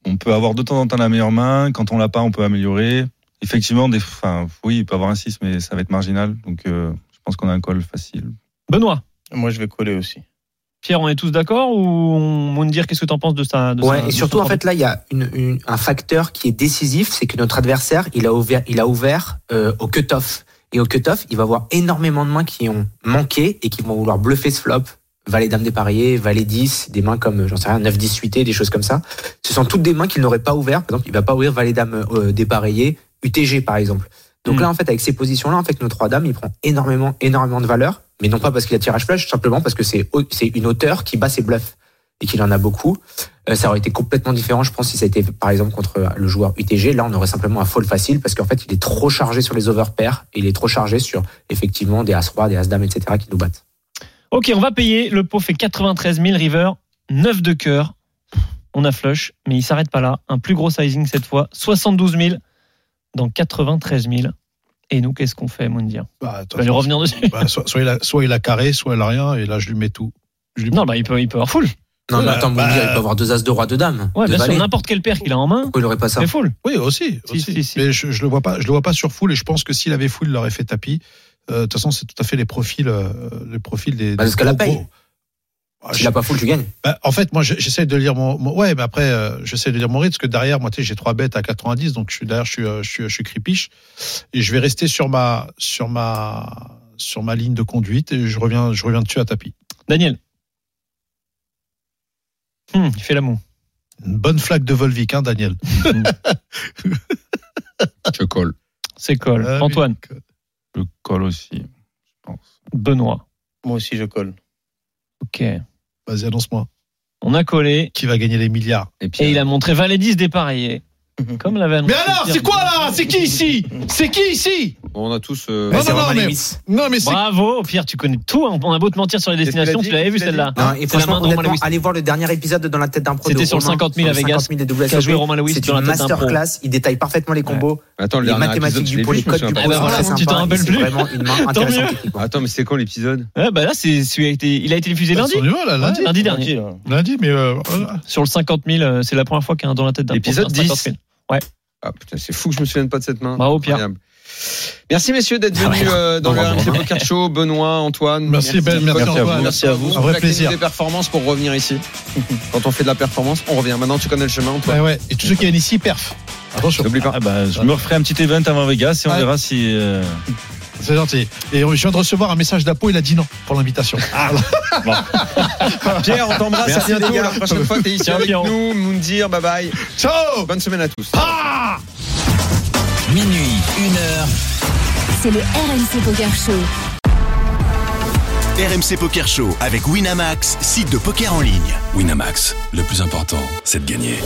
on peut avoir de temps en temps la meilleure main. Quand on l'a pas, on peut améliorer. Effectivement, des, enfin, oui, il peut avoir un 6, mais ça va être marginal. Donc, euh, je pense qu'on a un call facile.
Benoît.
Moi, je vais coller aussi.
Pierre, on est tous d'accord ou on dire qu'est-ce que tu en penses de ça de
Ouais,
sa-
et
de
surtout
son
en fait là, il y a une- une- un facteur qui est décisif, c'est que notre adversaire, il a ouvert, il a ouvert euh, au cut-off. Et au cut-off, il va avoir énormément de mains qui ont manqué et qui vont vouloir bluffer ce flop. Valet dame dépareillée, valet 10, des mains comme, euh, j'en sais rien, 9, 10, 8, des choses comme ça. Ce sont toutes des mains qu'il n'aurait pas ouvert. Par exemple, il va pas ouvrir valet dame euh, dépareillée, UTG par exemple. Donc
Hmm.
là, en fait, avec ces positions-là, en fait, nos trois dames, il prend énormément, énormément de valeur. Mais non pas parce qu'il a tirage flush, simplement parce que c'est au- c'est une hauteur qui bat ses bluffs et qu'il en a beaucoup. Euh, ça aurait été complètement différent, je pense, si ça a été par exemple contre le joueur UTG. Là, on aurait simplement un fold facile parce qu'en fait, il est trop chargé sur les overpairs et il est trop chargé sur effectivement des As-Roi, des As-Dame, etc. qui nous battent.
Ok, on va payer. Le pot fait 93 000 river, 9 de cœur. On a flush, mais il s'arrête pas là. Un plus gros sizing cette fois, 72 000 dans 93 000. Et nous, qu'est-ce qu'on fait, Moundir
Bah, attends,
Tu vas lui revenir dessus
bah, soit, soit il a, soit il a carré, soit il a rien, et là, je lui mets tout. Je lui mets
Non, bah, il peut, il peut avoir full.
Non, mais
Bah,
attends,
bah,
Moundir, il peut avoir deux As, deux Rois, deux Dames.
Ouais,
deux
bien sûr,
valets.
n'importe quelle paire qu'il a en main,
Pourquoi il aurait pas ça
c'est full.
Oui, aussi.
Si,
aussi.
si, si.
Mais je, je le vois pas, je le vois pas sur full et je pense que s'il avait full, il l'aurait fait tapis. Euh, De toute façon, c'est tout à fait les profils, euh, les profils des.
Bah,
des
parce qu'elle la
gros,
paye.
gros. Ah,
S'il
je-
a pas full, tu gagnes.
bah, en fait, moi, je- j'essaie de lire mon, mon- ouais, mais après, euh, j'essaie de lire mon rythme parce que derrière, moi, tu sais, j'ai trois bêtes à 90, donc je suis derrière, je suis, euh, je suis, je suis cripiche et je vais rester sur ma, sur ma, sur ma ligne de conduite et je reviens, je reviens dessus à tapis.
Daniel. Hum, il fait l'amour.
Une bonne flaque de Volvic, hein, Daniel.
Je call.
C'est call.
Ah oui.
Antoine,
Le call aussi.
Benoît.
Moi aussi, je colle.
Ok.
Vas-y, annonce-moi.
On a collé.
Qui va gagner les milliards
Et puis,
euh,
Et il a montré valet 10 dépareillé. Comme l'avait annoncé
Mais alors,
Pierre
c'est quoi là C'est qui ici C'est qui ici
Bon, on a tous. euh,
Non,
c'est
non, non,
Romain
mais-
Lémis.
Non, mais c'est. Bah,
Bravo, Pierre, tu connais tout. hein. On a beau te mentir sur les
Qu'est-ce
destinations,
qu'il a
tu l'avais
dit
vu
Qu'est-ce qu'il a
celle-là.
Non, et
C'est la
franchement,
main de Romain
honnêtement,
Lewis.
allez voir le dernier épisode de dans la tête d'un pro. de
C'était sur le
Romain,
50 000 à
sur le
Vegas.
50 000 des
Qu'a joué
WSOP.
Romain Lewis
C'est
dans
une
la tête d'un pro.
masterclass. Il détaille parfaitement les combos,
Attends, le
les
dernier
mathématiques
épisode, je
du
l'ai
pro,
vu,
les
je me
codes du Ah,
souviens
Eh
pro.
ben
C'est
voilà,
très
tu t'en
sympa.
rappelles
et C'est
plus.
vraiment une main
Tant
intéressante.
mieux.
pas. Attends, mais c'est quand l'épisode
Ouais, bah là, c'est celui qui a été- il a été diffusé lundi.
Ils sont du mal, là, Bah, lundi.
Lundi dernier.
Tranquille, hein.
Lundi, mais. euh, voilà.
Sur le 50 000, euh, c'est la première fois qu'il y a un dans la tête d'un pro,
Épisode
c'est un 50
10.
000.
Ah putain, c'est fou que je me souvienne pas de cette main.
Bravo, Pierre. Ah
Incroyable. Merci messieurs d'être venus euh, dans le
Bravo,
RMC
Romain.
Poker Show. Benoît, Antoine.
Merci, Ben, merci
Antoine.
à vous.
Merci à vous.
Un vrai
Vous activez
plaisir.
Des performances pour revenir ici. Quand on fait de la performance, on revient. Maintenant, tu connais le chemin, Antoine.
Ouais, ouais. Et tous ceux qui viennent ici, perf. Attention,
N'oublie pas.
Ah bah, je me referai un petit event avant Vegas et on
Ouais.
verra si. euh,
c'est gentil. Et je viens de recevoir un message d'Apo, il a dit non pour l'invitation.
Ah.
Pierre,
hein.
on t'embrasse.
Merci
à bientôt.
les gars.
La prochaine fois, t'es ici
Ciao,
avec
Pierrot.
nous. Moundir, bye bye.
Ciao
Bonne semaine à tous.
Ah
Minuit, 1 heure.
C'est le RMC Poker Show.
RMC Poker Show avec Winamax, site de poker en ligne.
Winamax, le plus important, c'est de gagner.